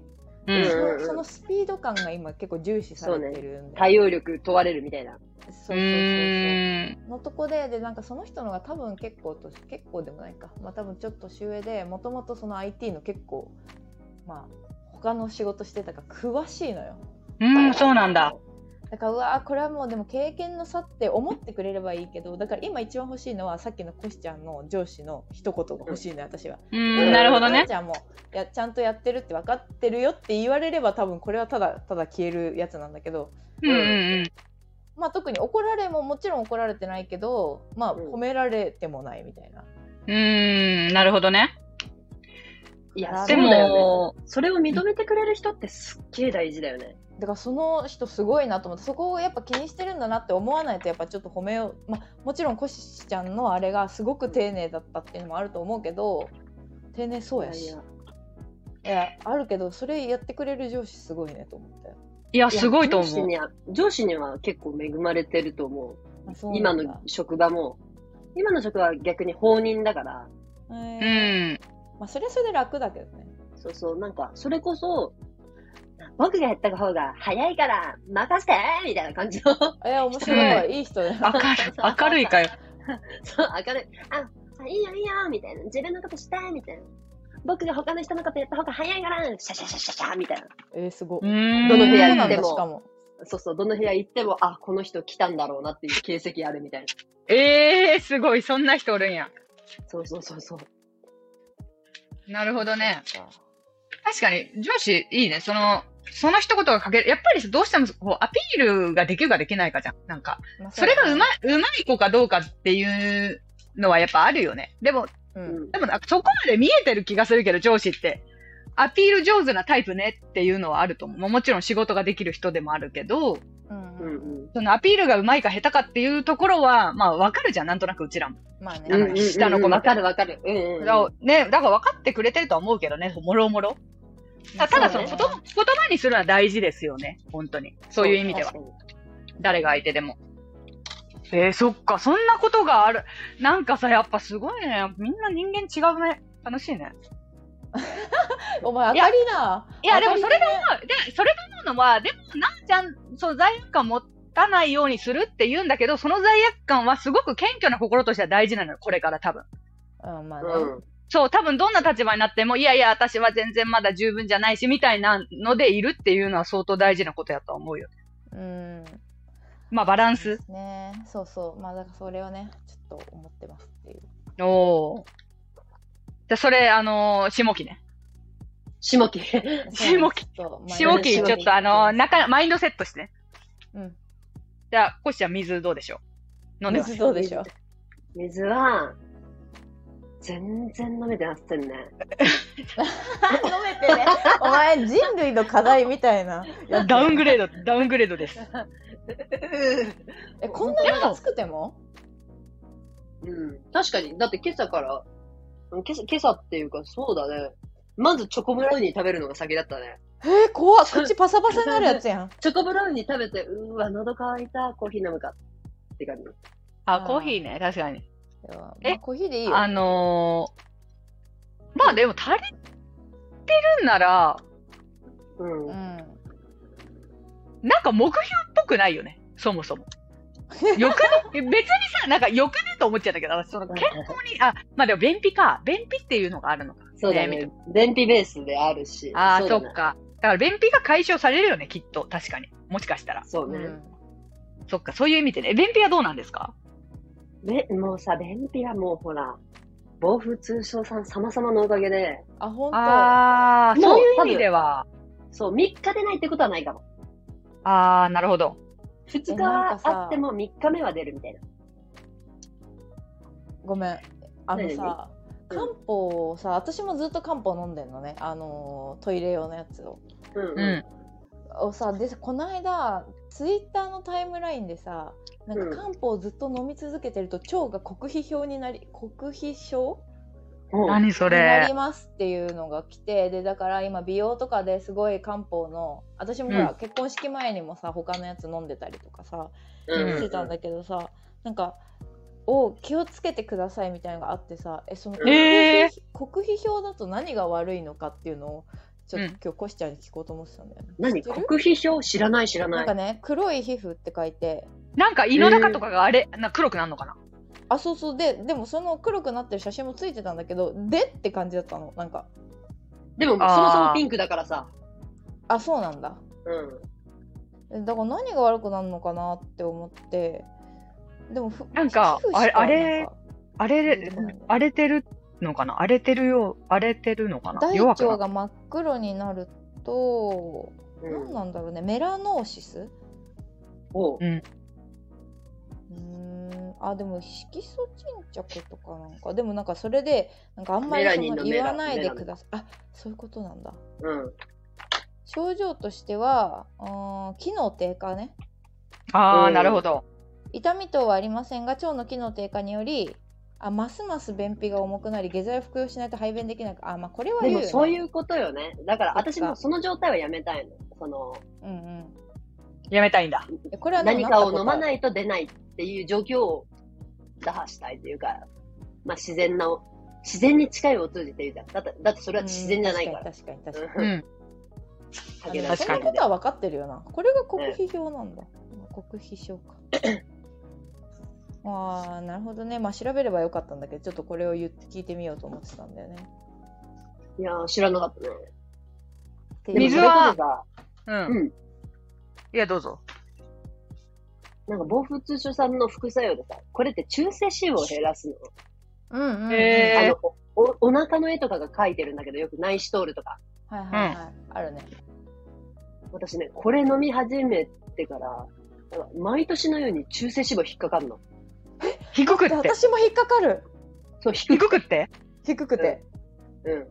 うそん。のそのスピード感が今結構重視されてるんだ対よ応力問われるみたいそな。うそううそうそうーん。のとこででなんかその人のが多分結構と結構でもないかまあ多分ちょっと年上でもともとその IT の結構まあ他の仕事してたから詳しいのようん、そうなんだ。。だからうわーこれはもうでも経験の差って思ってくれればいいけどだから今一番欲しいのはさっきのコシちゃんの上司の一言が欲しいのよ私は。うん、なるほどコシね。ちゃんもいやちゃんとやってるって分かってるよって言われれば多分これはただただ消えるやつなんだけど、うんうんまあ、特に怒られももちろん怒られてないけど、まあ、うん褒められてもないみたいな。うん。うーん、なるほどね。いや、でででももだよね、も、それを認めてくれる人ってすっげえ大事だよね。だからその人すごいなと思ってそこをやっぱ気にしてるんだなって思わないとやっぱちょっと褒めよう、まあ、もちろんコシちゃんのあれがすごく丁寧だったっていうのもあると思うけど丁寧そうやしいいややあるけどそれやってくれる上司すごいねと思ったよいや、すごいと上司思うに。は上司には結構恵まれてると思う。あそうな今んだの職場も。今の職場は逆に放任だから、うへえん。まあそれはそれで楽だけどねそうそう、なんか、それこそ、僕がやった方が早いから、任せてみたいな感じの、 いや面白いいい 人だよ明るい、明るいかよ。そう、明るい。あ、いいよいいよみたいな。自分のことしてみたいな。僕が他の人のことやった方が早いから、シャシャシャシャシャみたいな。えー、すごいどのどの部屋な行んだってしもかもそうそう、どの部屋行っても、あ、この人来たんだろうなっていう形跡あるみたいな。ええー、すごい、そんな人おるんや。そうそうそうそう。なるほどね。確かに、上司、いいね。その、その一言がかける。やっぱりどうしても、こう、アピールができるかできないかじゃん。なんか、まあそれがうまい、い、うまい子かどうかっていうのはやっぱあるよね。でも、ううんん。でもなんかそこまで見えてる気がするけど、上司って。アピール上手なタイプねっていうのはあると思う。もうもちろん仕事ができる人でもあるけど、うんううんんうん。そのアピールがうまいか下手かっていうところは、まあわかるじゃん、なんとなくうちらも。まあねなんか下の子だわったかるわかる。うんうんうん。だからね、だから分かってくれてるとは思うけどね、もろもろ。たただそのうね言葉言葉にするのは大事ですよね、本当に。そういう意味では。確かに。誰が相手でも。えー、そっか、そんなことがある。なんかさ、やっぱすごいね。みんな人間違うね。楽しいね。お前い当やたりないや、でも当そたれりでね思う。で、それで思うのは、でも、なんちゃん、そう、罪悪感持たないようにするって言うんだけど、その罪悪感はすごく謙虚な心としては大事なのよ、これから多分。うんまあねうん。そう、多分どんな立場になっても、いやいや、私は全然まだ十分じゃないし、みたいなのでいるっていうのは相当大事なことやとは思うよ。うんまあ、バランス。ねそうそうまあだからそれをねちょっと思ってますっていうおお。じゃあ、それ、あのー下期ね。下木。下木下下木期ちょっとあの、中、マインドセットしてね。うんじゃあ、コシちゃん水どうでしょう飲んでます水。どうでしょう水は、全然飲めてません飲ね。めてね お前人類の課題みたいなやつダウングレード、 ダウングレードです。えこんなに熱くてもうん。確かに。だって今朝から、うん今朝、今朝っていうかそうだね。まずチョコブラウニー食べるのが先だったね。えー、怖っ口パサパサになるやつやんチョコブラウニー食べて、うーわ、喉乾いた、コーヒー飲むか。って感じ。あ、うんコーヒーね、確かに。いやまあえコーヒーでいいよあのー、まあでも足りてるんなら、うん。ううんんなんか目標っぽくないよね、そもそ も。よくね別にさ、なんかよくねと思っちゃったけど、私その健康に、あ、まあでも便秘か。便秘っていうのがあるのか。そうねだね。便秘ベースであるし。ああ、だそねっ。か。だから便秘が解消されるよね、きっと。確かに。もしかしたら。そううね。んそっか、そういう意味でね。便秘はどうなんですかね、もうさ、便秘はもうほら、暴風通商さん様々のおかげで、あ本当ああ、もうそういう意味では。そう、3日出ないってことはないかも。ああ、なるほど。 2な日んかはさあっても3日目は出るみたいな。ごめんあのさ何漢方をさ私もずっと漢方飲んでんのねあのートイレ用のやつをうんう。ん。をさでこの間ツイッターのタイムラインでさなんうんか漢方をずっと飲み続けてると腸が黒皮症になり黒皮症うん何そになれり。ますっていうのが来てでだから今美容とかですごい漢方の私もほら、う結婚式前にもさ他のやつ飲んでたりとかさうんしてたんだけどさ、なんかを気をつけてくださいみたいなのがあってさえその黒皮,、え黒皮症だと何が悪いのかっていうのをちょっと、うん今日コシちゃんに聞こうと思ってたんだよね。何知ってる黒皮症知らない知らななんかい。ね黒い皮膚って書いてなんか胃の中とかがあれ、なんか黒くなるのかなあそうそうででもその黒くなってる写真もついてたんだけどでって感じだったのなんかでも、そあーもそもピンクだからさ。あそうなんだうん。えだから何が悪くなるのかなって思ってでもふなんか皮膚しかあれなんか荒れ出てこないんだよね荒れてるのかな荒れてるよう、荒れてるのかな大弱くな腸が真っ黒になるとう何ん。なんだろうねメラノーシスおううーんあでも色素沈着とかなんかでもなんかそれでなんかあんまりメラそニンののメラ言わないメでラのくださいあそういうことなんだうん。症状としてはうーん機能低下ねあうあ、んなるほど。痛み等はありませんが腸の機能低下によりあますます便秘が重くなり下剤を服用しないと排便できなくあまあこれはで言うよ、も、ね、そういうことよね。だから、そっか私もその状態はやめたいの。その、うんうんやめたいんだ。えこれは何かを飲まないいと出ないっていう状況を打破したいというか、まあ、自然な、自然に近いを通じて言うじゃん。だって、だってそれは自然じゃないから。確かに確かに確ううんん。か武に田あ確そんかなにことは分かってるよなこれが国費表なんだ、国費症かあーなるほどねまあ調べればよかったんだけどちょっとこれを言って聞いてみようと思ってたんだよねいやー、知らなかったね。っていう水はでもそれこそさうん。うん。いや、どうぞ。なんか、防風通所さんの副作用でさ、これって中性脂肪を減らすの。うんうん、うんへーあのおお腹の絵とかが描いてるんだけど、よく内視通るとか。はいはいはい、あるね私ね、これ飲み始めてから、なんか毎年のように中性脂肪引っかかるの。低くっでて。私も引っかかるそう、低低く。くって低くて、うん。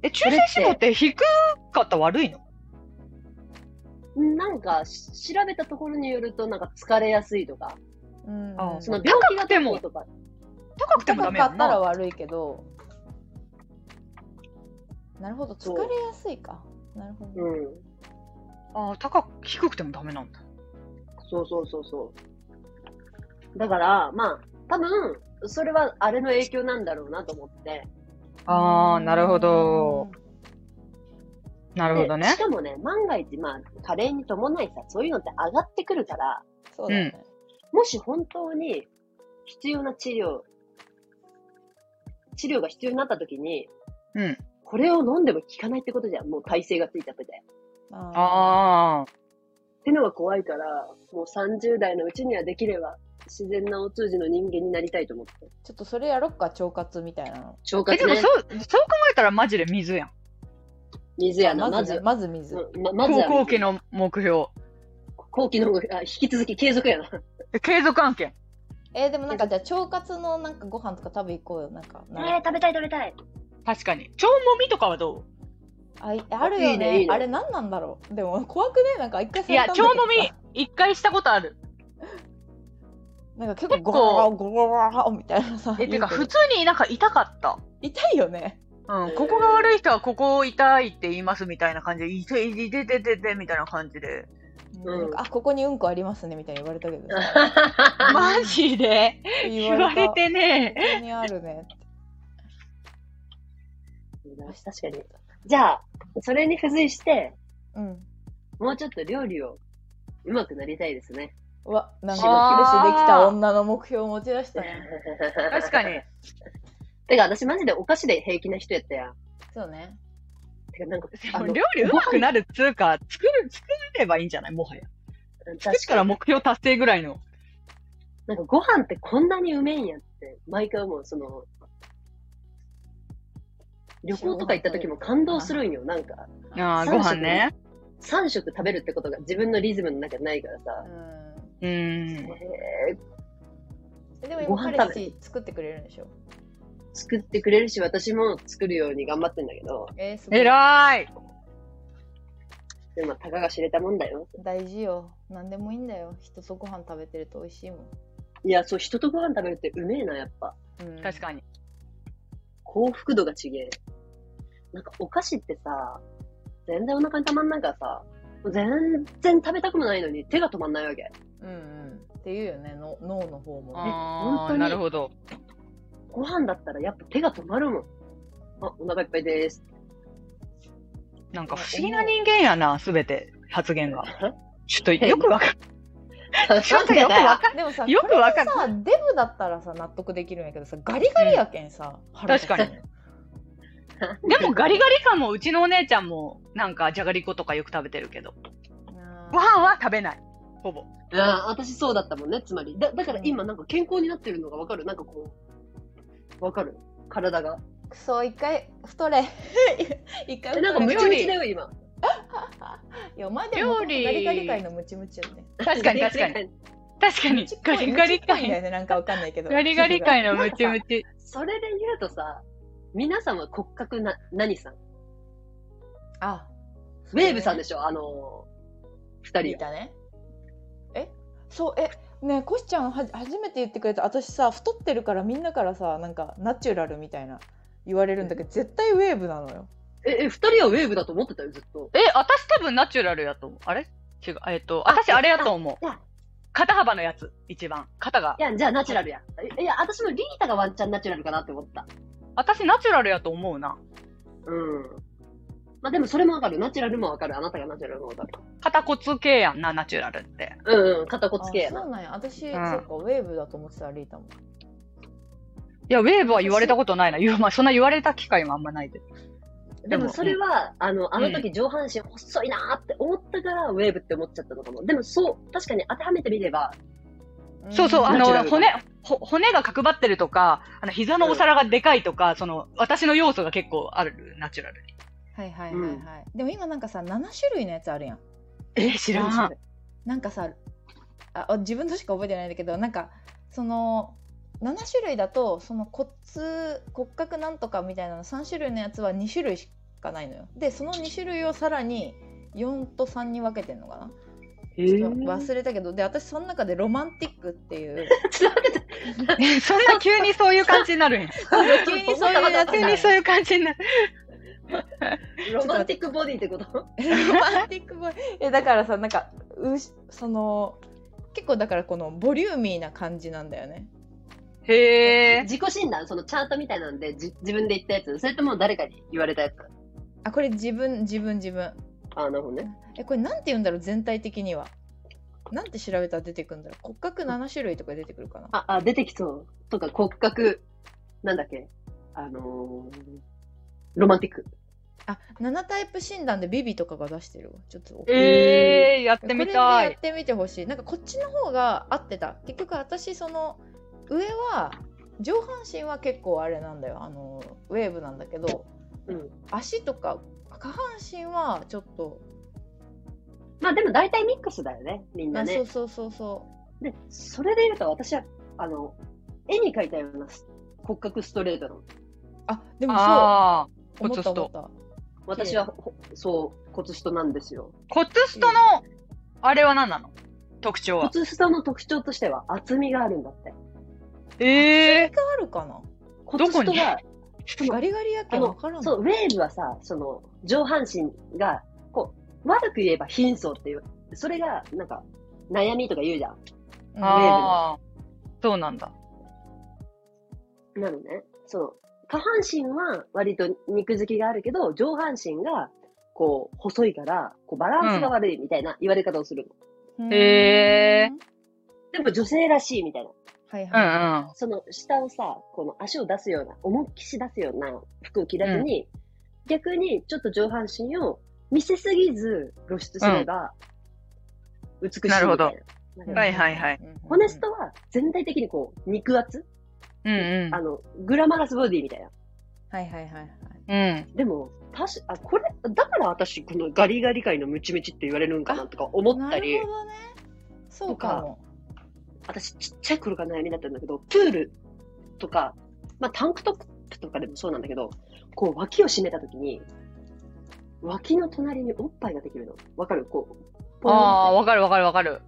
え、中性脂肪って低かったら悪いのなんか、し調べたところによると、なんか疲れやすいとか、うんうん、あーその病気が高くてどうも、とか、高くてもダ高メかやっんたらな。悪いけどなるほど疲そうれやすいかなるほど、うん。あー高く、低くてもダメなんだ。そうそうそうそう。だから、まあ、多分、それはあれの影響なんだろうなと思って。ああ、なるほど。なるほどでねし。かもね、万が一、まあ、加齢に伴いさ、そういうのって上がってくるから、うんそうだね、もし本当に必要な治療、治療が必要になった時に、うん。これを飲んでも効かないってことじゃん。もう体勢がついちゃってて。あああ、ってのが怖いから、もう30代のうちにはできれば、自然なお通じの人間になりたいと思って。ーちょっとそれやろっか腸活みたいなの腸え、活でもねそ。う、そう考えたらマジで水やん。水やな、ままずねず。まず水。うんままず高は校期の目標。後期の方があ引き続き継続やな。継続案件。えーでもなんかじゃあ腸活のなんかご飯とか食べ行こうよなんか。なんかえー、食べたい食べた い。確かに。超もみとかはどあいあるよねいいねいいねあれ何なんだろうでも怖くねなんか一回ういや、され超たんだけどもみ、一回したことある。なんか結構ゴロゴロゴロゴロみたいなさえ、てか、言う普け通になんか痛かった。ど痛いよねうん、ここが悪い人はここ痛いって言いますみたいな感じで、いて、いて、いて、いて、いていてみたいな感じで。うんなんかあここにうんこありますねみたいに言われたけどさマジで 言われてね。ここにあるね確かに。じゃあ、それに付随して、うんもうちょっと料理をうまくなりたいですね。うわなんかあー彼氏できた女の目標を持ち出したね確確かに。。てか、私マジでお菓子で平気な人やったやん。そうねてか、なん か、であもの料理うまくなるっつうか、作る、作ればいいんじゃないもはや。作確っかからに、目標達成ぐらいの。なんかご飯ってこんなにうめえんやって、毎回思う、その、旅行とか行った時も感動するんよ、なんか。ああ、三ご食飯ね。 3食食べるってことが自分のリズムの中にないからさう。んうえーん。ーえでもご今飯彼氏作ってくれるんでしょ作ってくれるし、私も作るように頑張ってんだけど、えー、すごいえらい。でも、たかが知れたもんだよ。大事よ何でもいいんだよ人とご飯食べてると美味しいもん、いや、そう、人とご飯食べるってうめえな、やっぱ。うん、確かに。幸福度がちげえ。なんか、お菓子ってさ、全然お腹にたまんないからさ、全然食べたくもないのに手が止まんないわけ。うんうんっていうよねの脳の方もね本あ当あ、になるほど。ご飯だったらやっぱ手が止まるもん。あ、お腹いっぱいです。なんか不思議な人間やな、すべて、発言 が。ちょっとよくわかんちょっとよくわかんでもさよくわかんこれさデブだったらさ納得できるんやけどさガリガリやけんさ、腹立つ確かでもガリガリ感もうちのお姉ちゃんも、なんかじゃがりことかよく食べてるけど、なあご飯は食べない。ほぼ。 あ私そうだったもんね、つまり。だだから今なんか健康になってるのがわかるなんかこう、わかる体が。くそ一回太れ 一回え、太れなんかム無チムチだよ、今。いやお前でも料理ガリガリ界のムチムチやね確 かに確かに。に。確かに。ガリガリ界だ感。よねなんかわかんないけどガリガリ界感のムチムチ。それで言うとさ、皆さんは骨格な、何さんあウェーブさんでしょあのー、二い人は。たねえそうえねえコシちゃんはじ初めて言ってくれた私さ太ってるからみんなからさなんかナチュラルみたいな言われるんだけど絶対ウェーブなのよえ、え、二人はウェーブだと思ってたよ、ずっと。え、私多分ナチュラルやと思う。あれ違う。えっと、私あれやと思ういや。肩幅のやつ、一番。肩がい。や、じゃあナチュラルや。えいや、私もリータがワンチャンナチュラルかなって思った。私ナチュラルやと思うな。うん。まあでもそれもわかる。ナチュラルもわかる。あなたがナチュラルもわかる。肩骨系やんな、ナチュラルって。うんうん。肩こつけやあなそう。なんや私、んそっかウェーブだと思ってたリータもいや、ウェーブは言われたことないな。言うまあ、そんな言われた機会もあんまないで。でもそれは、あの、あの時上半身細いなーって思ったから、ウェーブって思っちゃったのかも。でもそう、確かに当てはめてみれば、そうそう、あナチュの、ラルだ骨、ほ骨が角張ってるとか、あの、膝のお皿がでかいとか、その、私の要素が結構ある、ナチュラルに。はいはいはいはい、でも今なんかさ7種類のやつあるやんえ、知らん。なんかさああ自分のしか覚えてないんだけどなんかその7種類だとその骨骨格なんとかみたいなの3種類のやつは2種類しかないのよでその2種類をさらに4と3に分けてんのかなえちょっと忘れたけどで私その中でロマンティックっていう ちょっと待って、えそんな急にそういう感じになるんや。急にそういうやつ 急なのによそういう感じになる。 ロマンティックボディってことロマンティックボイえだからさなんかうしその結構だからこのボリューミーな感じなんだよねへえ。自己診断そのチャートみたいなんで、じ自分で言ったやつそれとも誰かに言われたやつあこれ自分自分自分あー、なるほどね。えこれなんて言うんだろう全体的にはなんて調べたら出てくるんだろう骨格7種類とか出てくるかなあ、あ、出てきそう。とか、骨格、なんだっけあのー、ロマンティック。あ7タイプ診断でビビとかが出してるわちょっとええ、やっこてれみでたやいっ。てみてほしいなんかこっちの方が合ってた結局私その上は上半身は結構あれなんだよあのウェーブなんだけどうん。足とか下半身はちょっと、まあでも大体ミックスだよね、みんなあねそう。そうそうそで、それで言うと私は、あの、絵に描いたような骨格ストレートの、うあでもそああ、う思った骨と思った私はほ、そう、骨ストなんですよ。骨ストの、あれは何なの特徴は。骨ストの特徴としては厚みがあるんだって。ええがあるかな骨スどトこにが、そのガリガリやけあんの分からんそう、うウェーブはさ、その、上半身が、こう、悪く言えば貧相っていう、それが、なんか、悩みとか言うじゃん。んああ、そうなんだ。なのね。そう。下半身は割と肉付きがあるけど、上半身が、こう、細いから、こう、バランスが悪いみたいな言われ方をするの。うんへでも女性らしいみたいな。はいうはい、んうん。その下をさ、この足を出すような、思いっきし出すような服を着らずに、逆にちょっと上半身を見せすぎず露出すれば、美しいみたいなるな。ほどなんうかんはいはいはい。うんうんうんホネストは全体的にこう、肉厚、うんうんあの、グラマラスボディみたいな。はいはいはいはい。うん。でも、たし、あ、これ、だから私、このガリガリ界のムチムチって言われるんかなとか思ったりなる、ほどね。そうかも。私ちっちゃい頃から悩みだったんだけど、プールとか、まあタンクトップとかでもそうなんだけど、こう脇を締めたときに、脇の隣におっぱいができるの。わかるこう、ポああ、ンって、わかるわかるわかる。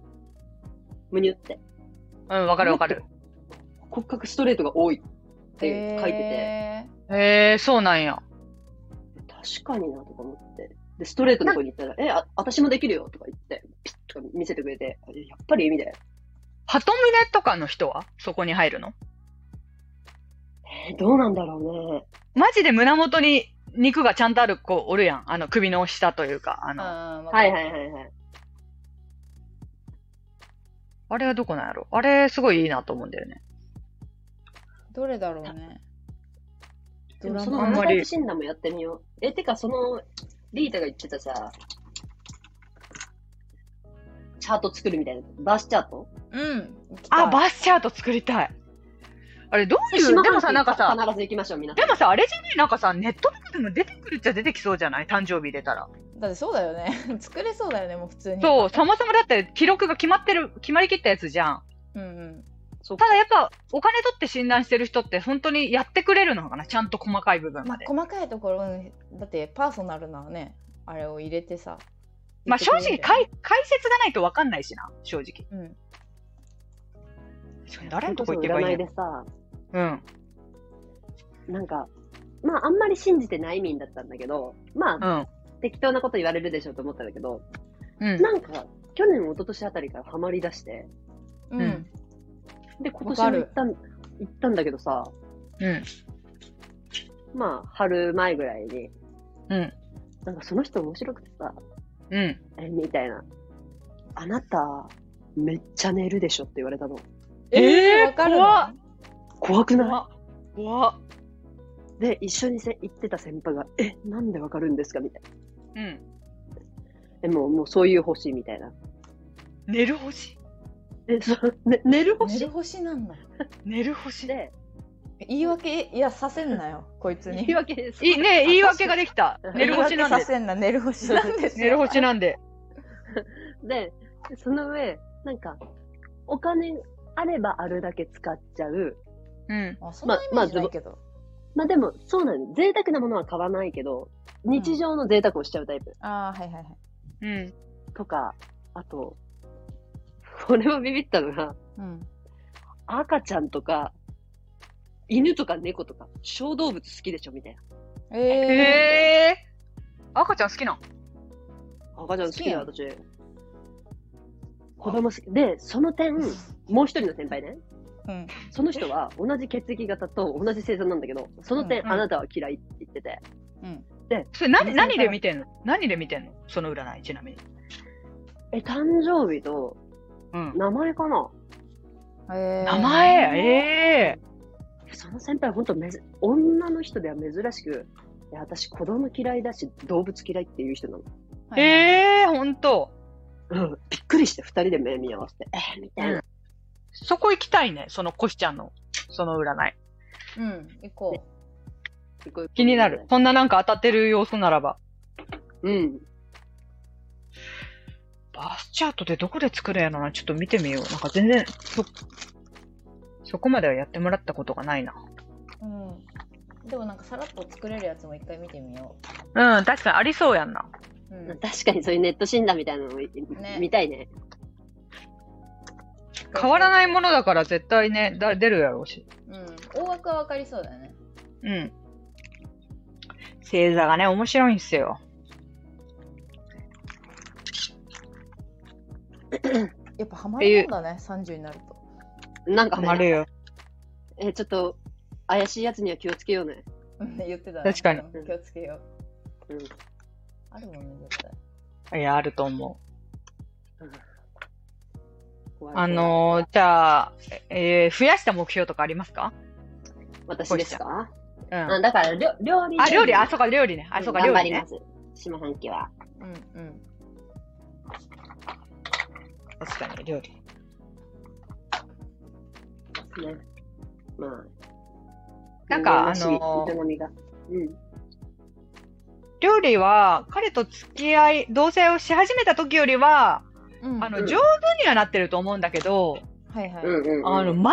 むにゅって。うん、わかるわかる。骨格ストレートが多いって書いてて、へへえ、そうなんや。確かになとか思って。で、ストレートの方に行ったら、え、あ、私もできるよとか言って、ピッとか見せてくれて、あやっぱりみたいな。鳩峰とかの人はそこに入るのえどうなんだろうね。マジで胸元に肉がちゃんとある子おるやん。あの首の下というか、あーの、ああーわかはるいはいはいはい。れはどこなんやろあれすごいいいなと思うんだよね。どれだろうね。でもそドのラマあんまマりり診断もやってみよう。え、てかその、リータが言ってたさ、チャート作るみたいな、バースチャートうん。あ、ッバスチャート作りたい。あれどうい島う、半でもさ、島なんかさ、必ず行きましょう、皆さでもさ、あれじゃないなんかさ、ネットとかでも出てくるっちゃ出てきそうじゃない誕生日入れたら。だってそうだよね。 作れそうだよね、もう普通に。そう、そもそもだって記録が決まってる、決まりきったやつじゃん。うんうん。ん。ただやっぱ、お金取って診断してる人って本当にやってくれるのかなちゃんと細かい部分ままあで。細かいところに、だってパーソナルなね、あれを入れてさ。まあ正直、か解解説がないとわかんないしな、正直。うん。誰のとこ行けばいいん占やいろでさ、うん。なんか、まああんまり信じてない民だったんだけど、まうあん。適当なこと言われるでしょうと思ったんだけど、うん。なんか、去年、一昨年あたりからハマり出して、うん。うんで、今わ年かもる行ったん、行ったんだけどさ、うん。まあ春前ぐらいに、うん。なんかその人面白くてさ、うん。え、みたいな。あなた、めっちゃ寝るでしょって言われたの。えーわかるの怖っ怖くな怖っ。怖っいで、一緒にせ行ってた先輩が、え、なんでわかるんですかみたいな。うん。え、もう、もうそういう星みたいな。寝る星え、そ、ね、寝る寝星る星なんだ。寝る星で。で、言い訳、いや、させんなよ、こいつに。言い訳です。いね言い訳ができた。 寝る星なん言い訳さで。せんな、寝る星なんですよ。寝る星なんで。で、その上、なんか、お金あればあるだけ使っちゃう。うん。あ、そんなイメージないけど。まあでも、そうなの。贅沢なものは買わないけど、日常の贅沢をしちゃうタイプ。ああー、はいはいはい。うん。とか、あと、これはビビったのが、うん。赤ちゃんとか、犬とか猫とか、小動物好きでしょみたいな。ええええー。赤ちゃん好きなん赤ちゃん好きだよ、好私。子供好き。で、その点、もう一人の先輩ね。うん。その人は同じ血液型と同じ星座なんだけど、その点、うんあなたは嫌いって言ってて。うん。それ何、何で見てんの何で見てんのその占い、ちなみに。え、誕生日とうん。名前かなえー名前ええその先輩、ほんとめず、女の人では珍しく、いや、私子供嫌いだし、動物嫌いっていう人なの。ー。ええー、ほんと。うん、びっくりして、二人で目見合わせて、えーみたいな。そこ行きたいね、そのコシちゃんの、その占い。うん、行こすごい気になる。。こんななんか当たってる要素ならば。うん。バスチャートってどこで作るんやろなちょっと見てみよう。なんか全然、そ、そこまではやってもらったことがないな。うん、でもなんかさらっと作れるやつも一回見てみようん、確かにありそうやんな。う、うん、確かにそういうネット診断みたいなのもいね見たいね。変わらい、ないものだから絶対ね、だ出るやろうし。うん、大枠は分かりそうだよねうん。星座がね、面白いんすよ。やっぱハマるもんだね30になるとなんハかマね、るよ。え、ちょっと、怪しいやつには気をつけようね。うん言ってた、ね、確かにうん気をつけよううん。あるもんね絶対いや、あると思う。怖いあ、のー、じゃあ、えー増やした目標とかありますか怖い私ですかう。うんん、だから、りょ料理。あ、料理、あ、そうか、料理ね。あ、そうか、頑料張理りねま。す。下半期は。うんうん確かに、料理。ね。まあ。なんか人間らしい営みが。うん。料理は、彼と付き合い、同棲をし始めた時よりは、うんあの、うん上手にはなってると思うんだけど、はいはい、うんうんうん。あの、全くも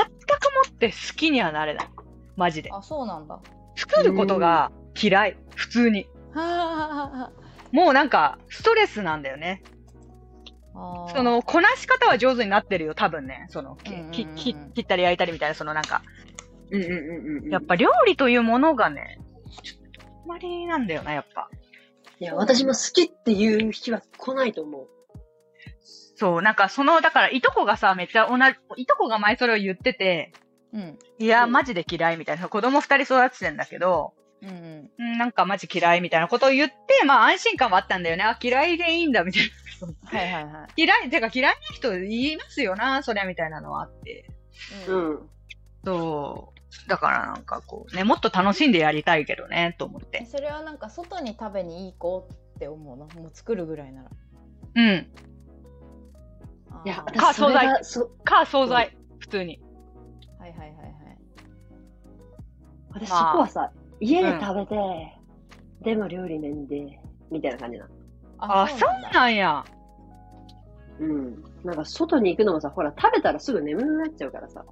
って好きにはなれない。マジで。あそうなんだは作ることが嫌い。普通に。あはもうなんか、ストレスなんだよね。あはあその、こなし方は上手になってるよ、多分ね。その、きうんうんうんきき切ったり焼いたりみたいな、そのなんか、うんうんうんうん。やっぱ料理というものがね、ちょっとあんまりなんだよな、やっぱ。いや、私も好きっていう日は来ないと思う。そう、なんかその、だから、いとこがさ、めっちゃ同じ、いとこが前それを言ってて、うんいや、うんマジで嫌いみたいな、子供二人育ててんだけど、うんうんうんなんかマジ嫌いみたいなことを言って、まあ安心感はあったんだよね。あ、嫌いでいいんだ、みたいな。 はいはいはい嫌い、てか嫌いな人言いますよな、そりゃみたいなのはあって。うん。そう。だからなんかこうね、もっと楽しんでやりたいけどね、と思っえて。それはなんか外に食べに行こうって思うのもう作るぐらいならうん。あーいや、か私それが、そか、惣菜。普通に。はいはいはいはい私そまあこはさ、家で食べて、でも料理面で、みたいな感じな。あ、そうなんだなんや。うん。なんか外に行くのもさ、ほら、食べたらすぐ眠くなっちゃうからさ。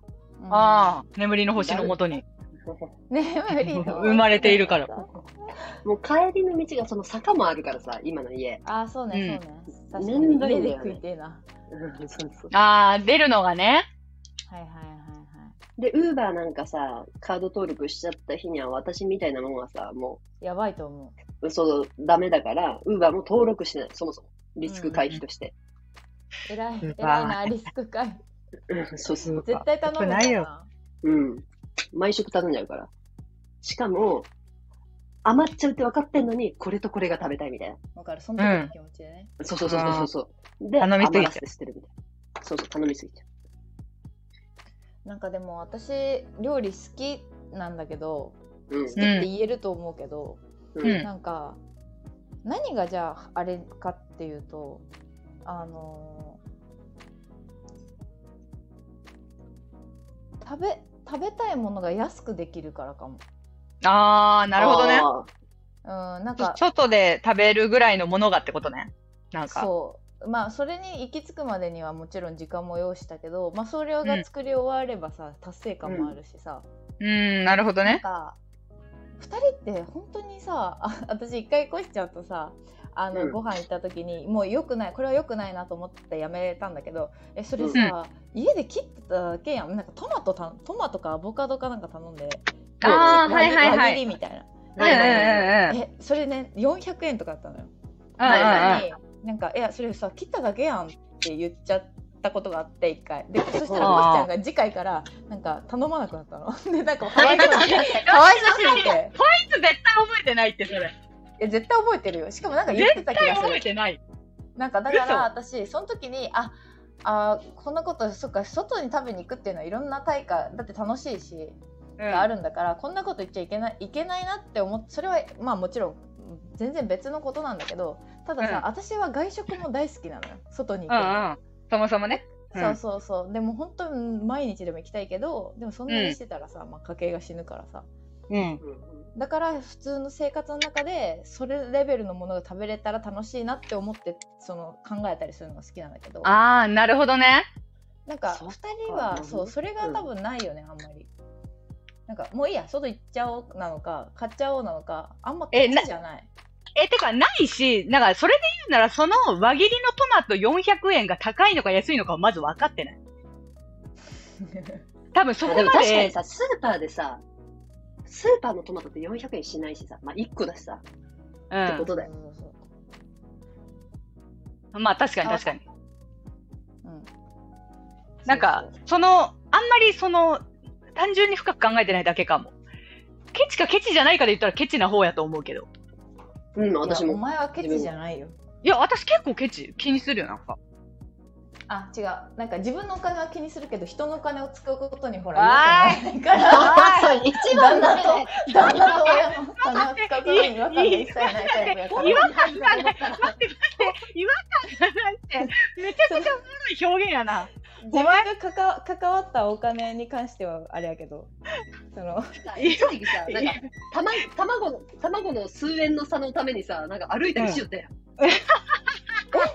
うんああ、眠りの星のもとに眠りの 生まれているから。 もう帰りの道がその坂もあるからさ、今の家。ああそうねうんそうね、確かめにんどい家んだでよね食いてえなうん、そうそう。ああ、出るのがね。はいはいはいはで、ウーバーなんかさ、カード登録しちゃった日には私みたいなもんはさ、もいやばいと思う、そう、ダメだから、ウーバーも登録しない、そもそも。リスク回避として。う偉い偉うわいなリスクかいうん、そうそう。絶対頼むんよだくないようん。毎食頼んじゃうから。しかも、余っちゃうって分かってんのに、これとこれが食べたいみたいな。わかるその時の気持ちでね、そうそうそうそうそう。で、頼みすぎちゃう余らせて捨てるみたいな。そうそう、頼みすぎちゃなんかでも私料理好きなんだけどう。うん好きって言えると思うけど、うんうん。なんか何がじゃああれかっていうとあのー食べ食べたいものが安くできるからかも。ああ、なるほどね。あーうん、なんか外で食べるぐらいのものがってことね。なんか。そうまあそれに行き着くまでにはもちろん時間も要したけど、まあ、それが作り終わればさ、達成感もあるしさ、うーん、なるほどなんね。か2人って本当にさあ私一回越しちゃうとさあの、うんご飯行った時にもう良くないこれは良くないなと思ってやめたんだけどえそれさ、家で切ってただけやんなんかトマトたトマトかアボカドかなんか頼んでああ、輪切はいはいは輪切りい。みたいな、うんうんうんうん。えそれね400円とかあったのよ。うんうんうんになんか「いやそれさ切っただけやん」って言っちゃったことがあって一回でそしたらあーもしちゃんが次回からなんか頼まなくなったの でなんかかわいそうにかわいそうすぎいつ絶て対覚えてないって、それ。いや絶対覚えてるよしかもなんか言って絶た対気がす覚えるてない。なんかだか嘘ら私その時にああーこんなことそっか外に食べに行くっていうのはいろんな対価だって楽しいしうんがあるんだから、こんなこと言っちゃいけないいけないなって思ってそれはまあもちろん全然別のことなんだけどたださ、うん私は外食も大好きなのよ外に行うくのんうん。そもそもね。うんそうそうそうでも本当に毎日でも行きたいけどでもそんなにしてたらさ、まあ、家計が死ぬからさうん。うんうんだから普通の生活の中でそれレベルのものが食べれたら楽しいなって思ってその考えたりするのが好きなんだけどああ、なるほどね。なんかそっ2か人はそううんそれが多分ないよねあんまりなんかもういいや外行っちゃおうなのか買っちゃおうなのかあんまえ好なきじゃないえ、てか、ないし、なんか、それで言うなら、その輪切りのトマト400円が高いのか安いのかをまず分かってない。多分そあこでもま確かにで、さ、スーパーでさ、スーパーのトマトって400円しないしさ、まあ1個だしさ、うってことだよ。そうそうん。まあ確かに確かに。そううんなんか、その、あんまりその、単純に深く考えてないだけかも。ケチかケチじゃないかで言ったらケチな方やと思うけど。うん、い私やお も。前はケチじゃないよいや、私結構ケチ気にするよ、なんか。あ違うなんか自分のお金は気にするけど人のお金を使うことにほあら良くないからあそう一番ダメだよ。旦那と親の金を使うことに違和感が一切ないタイプやから違和感がない。待って待って、違和感がないって、めちゃくちゃおもろい表現やな。自分が関わ関わったお金に関してはあれやけどその一時期さ、なんか、たま、卵の、卵の数円の差のためにさ、なんか歩いたりしよったやん。え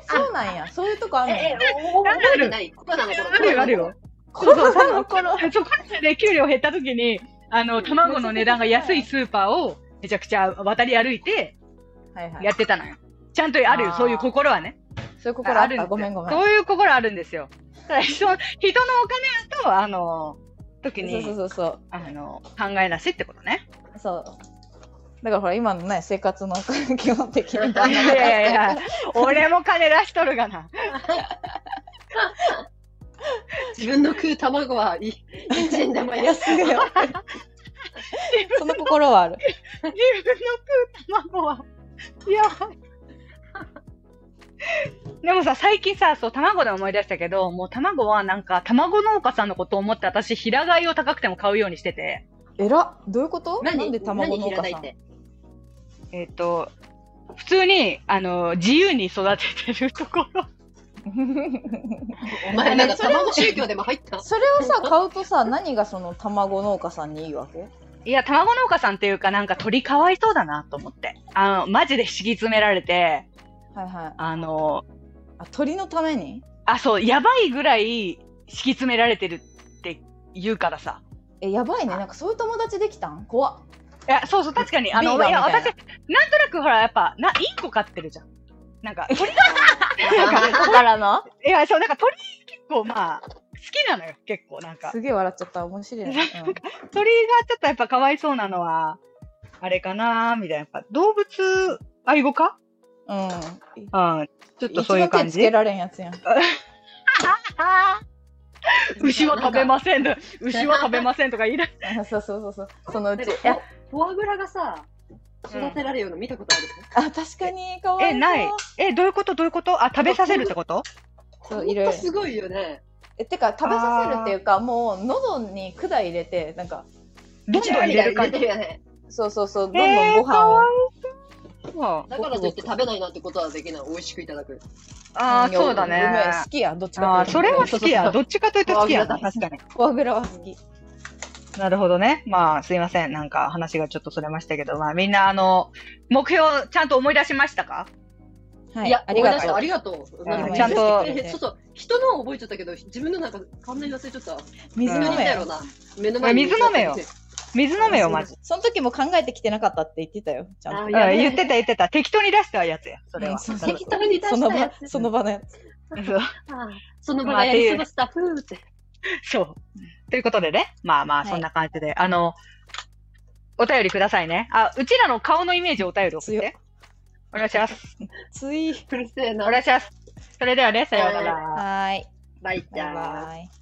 そうなんやそういうとこあるのえ、え、おお覚えてないことなのあるよ、あるよ。。子供の頃そこで給料減った時に、あの、卵の値段が安いスーパーをめちゃくちゃ渡り歩いてはいはいやってたのよ。ちゃんとあるよ、あーそういう心はね。そういう心あるっんでたすごめんごめんそういう心あるんですよ。ただ人人のお金と、あの、時そうにそうそうそうあの考えなしってことね。そうだからほら今のね生活の基本的ないやいやいや、 俺も金出しとるがな。自分の食う卵はいい一円でも安い。安いよその心はある自分の食う卵は、やばい。でもさ、最近さ、そう、卵で思い出したけど、もう卵はなんか、卵農家さんのことを思って私、平飼いを高くても買うようにしてて、えらどういうことな何んで卵農家何さ平飼いんってえっ、と、普通に、あの、自由に育ててるところ。お前なんか卵宗教でも入った。それをさ買うとさ何がその卵農家さんにいいわけいや、卵農家さんっていうか、なんか鳥かわいそうだなと思って。あの、マジで敷き詰められて、はいはいあの、あ鳥のためにあ、そう、やばいぐらい敷き詰められてるって言うからさ。えやばいねなんかそういう友達できたん怖っいや、そうそう、確かに。あの、ビーガンいや、みたい私、ななんとなくほら、やっぱ、な、インコ飼ってるじゃん。なんか、鳥、だからのいや、そう、なんか鳥、結構、まあ、好きなのよ、結構、なんか す。げえ笑っちゃった面白いな、うん鳥がちょっとやっぱ、かわいそうなのは、あれかなーみたいな。やっぱ、動物愛護かうんうん。ちょっと一そういう番感手つじけ。られんやつやん。 あー牛は食べませんと、牛は食べませんとか 言い出しあそうそうそうそう。そのうち。なんいかや、フォアグラがさ、育てられるような見たことあるあ、確かに、かわいえ、そうない。え、どういうことどういうことあ、食べさせるってことそう、ほいんろいろと。すごいよね。え、てか、食べさせるっていうか、もう、喉に管入れて、なんか、どんどん入れる感入れてじ。よね。そうそうそう、どんどえんーご飯かわをい。そうだからといって食べないなんてことはできない。美味しくいただく。ああ、んそうだうめえね好。きや、どっちあかあ、それは好きや。そうそどうっちかというと好きやな。フォア確かに。そうフォアグラは好き。なるほどね。まあ、すいません。なんか話がちょっとそれましたけど、まあ、みんな、あの、目標、ちゃんと思い出しましたかはいいや、、ありが思い出しとたあう。りがとう。んなんかちゃんとえそうそう、人のは覚えちゃったけど、自分のなんか完全に忘れちゃった。水飲うんめやろよ。な。目のいや水飲めよ水飲めよ、マジ。その時も考えてきてなかったって言ってたよ、ちゃんと。あうん、やべえ言ってた言ってた。適当に出したやつや。それうは。んそう適当に出そのしたや場、つ。その場のやつ。そうああその場がやり過ごしたふーって。そう。ということでね。まあまあ、はいそんな感じで。あの、お便りくださいね。あ、うちらの顔のイメージお便り送っ強て。お願いします。つい。うるせえおな。願いします。それではね、さようなはら。はーい。バイちバゃイん。バイ。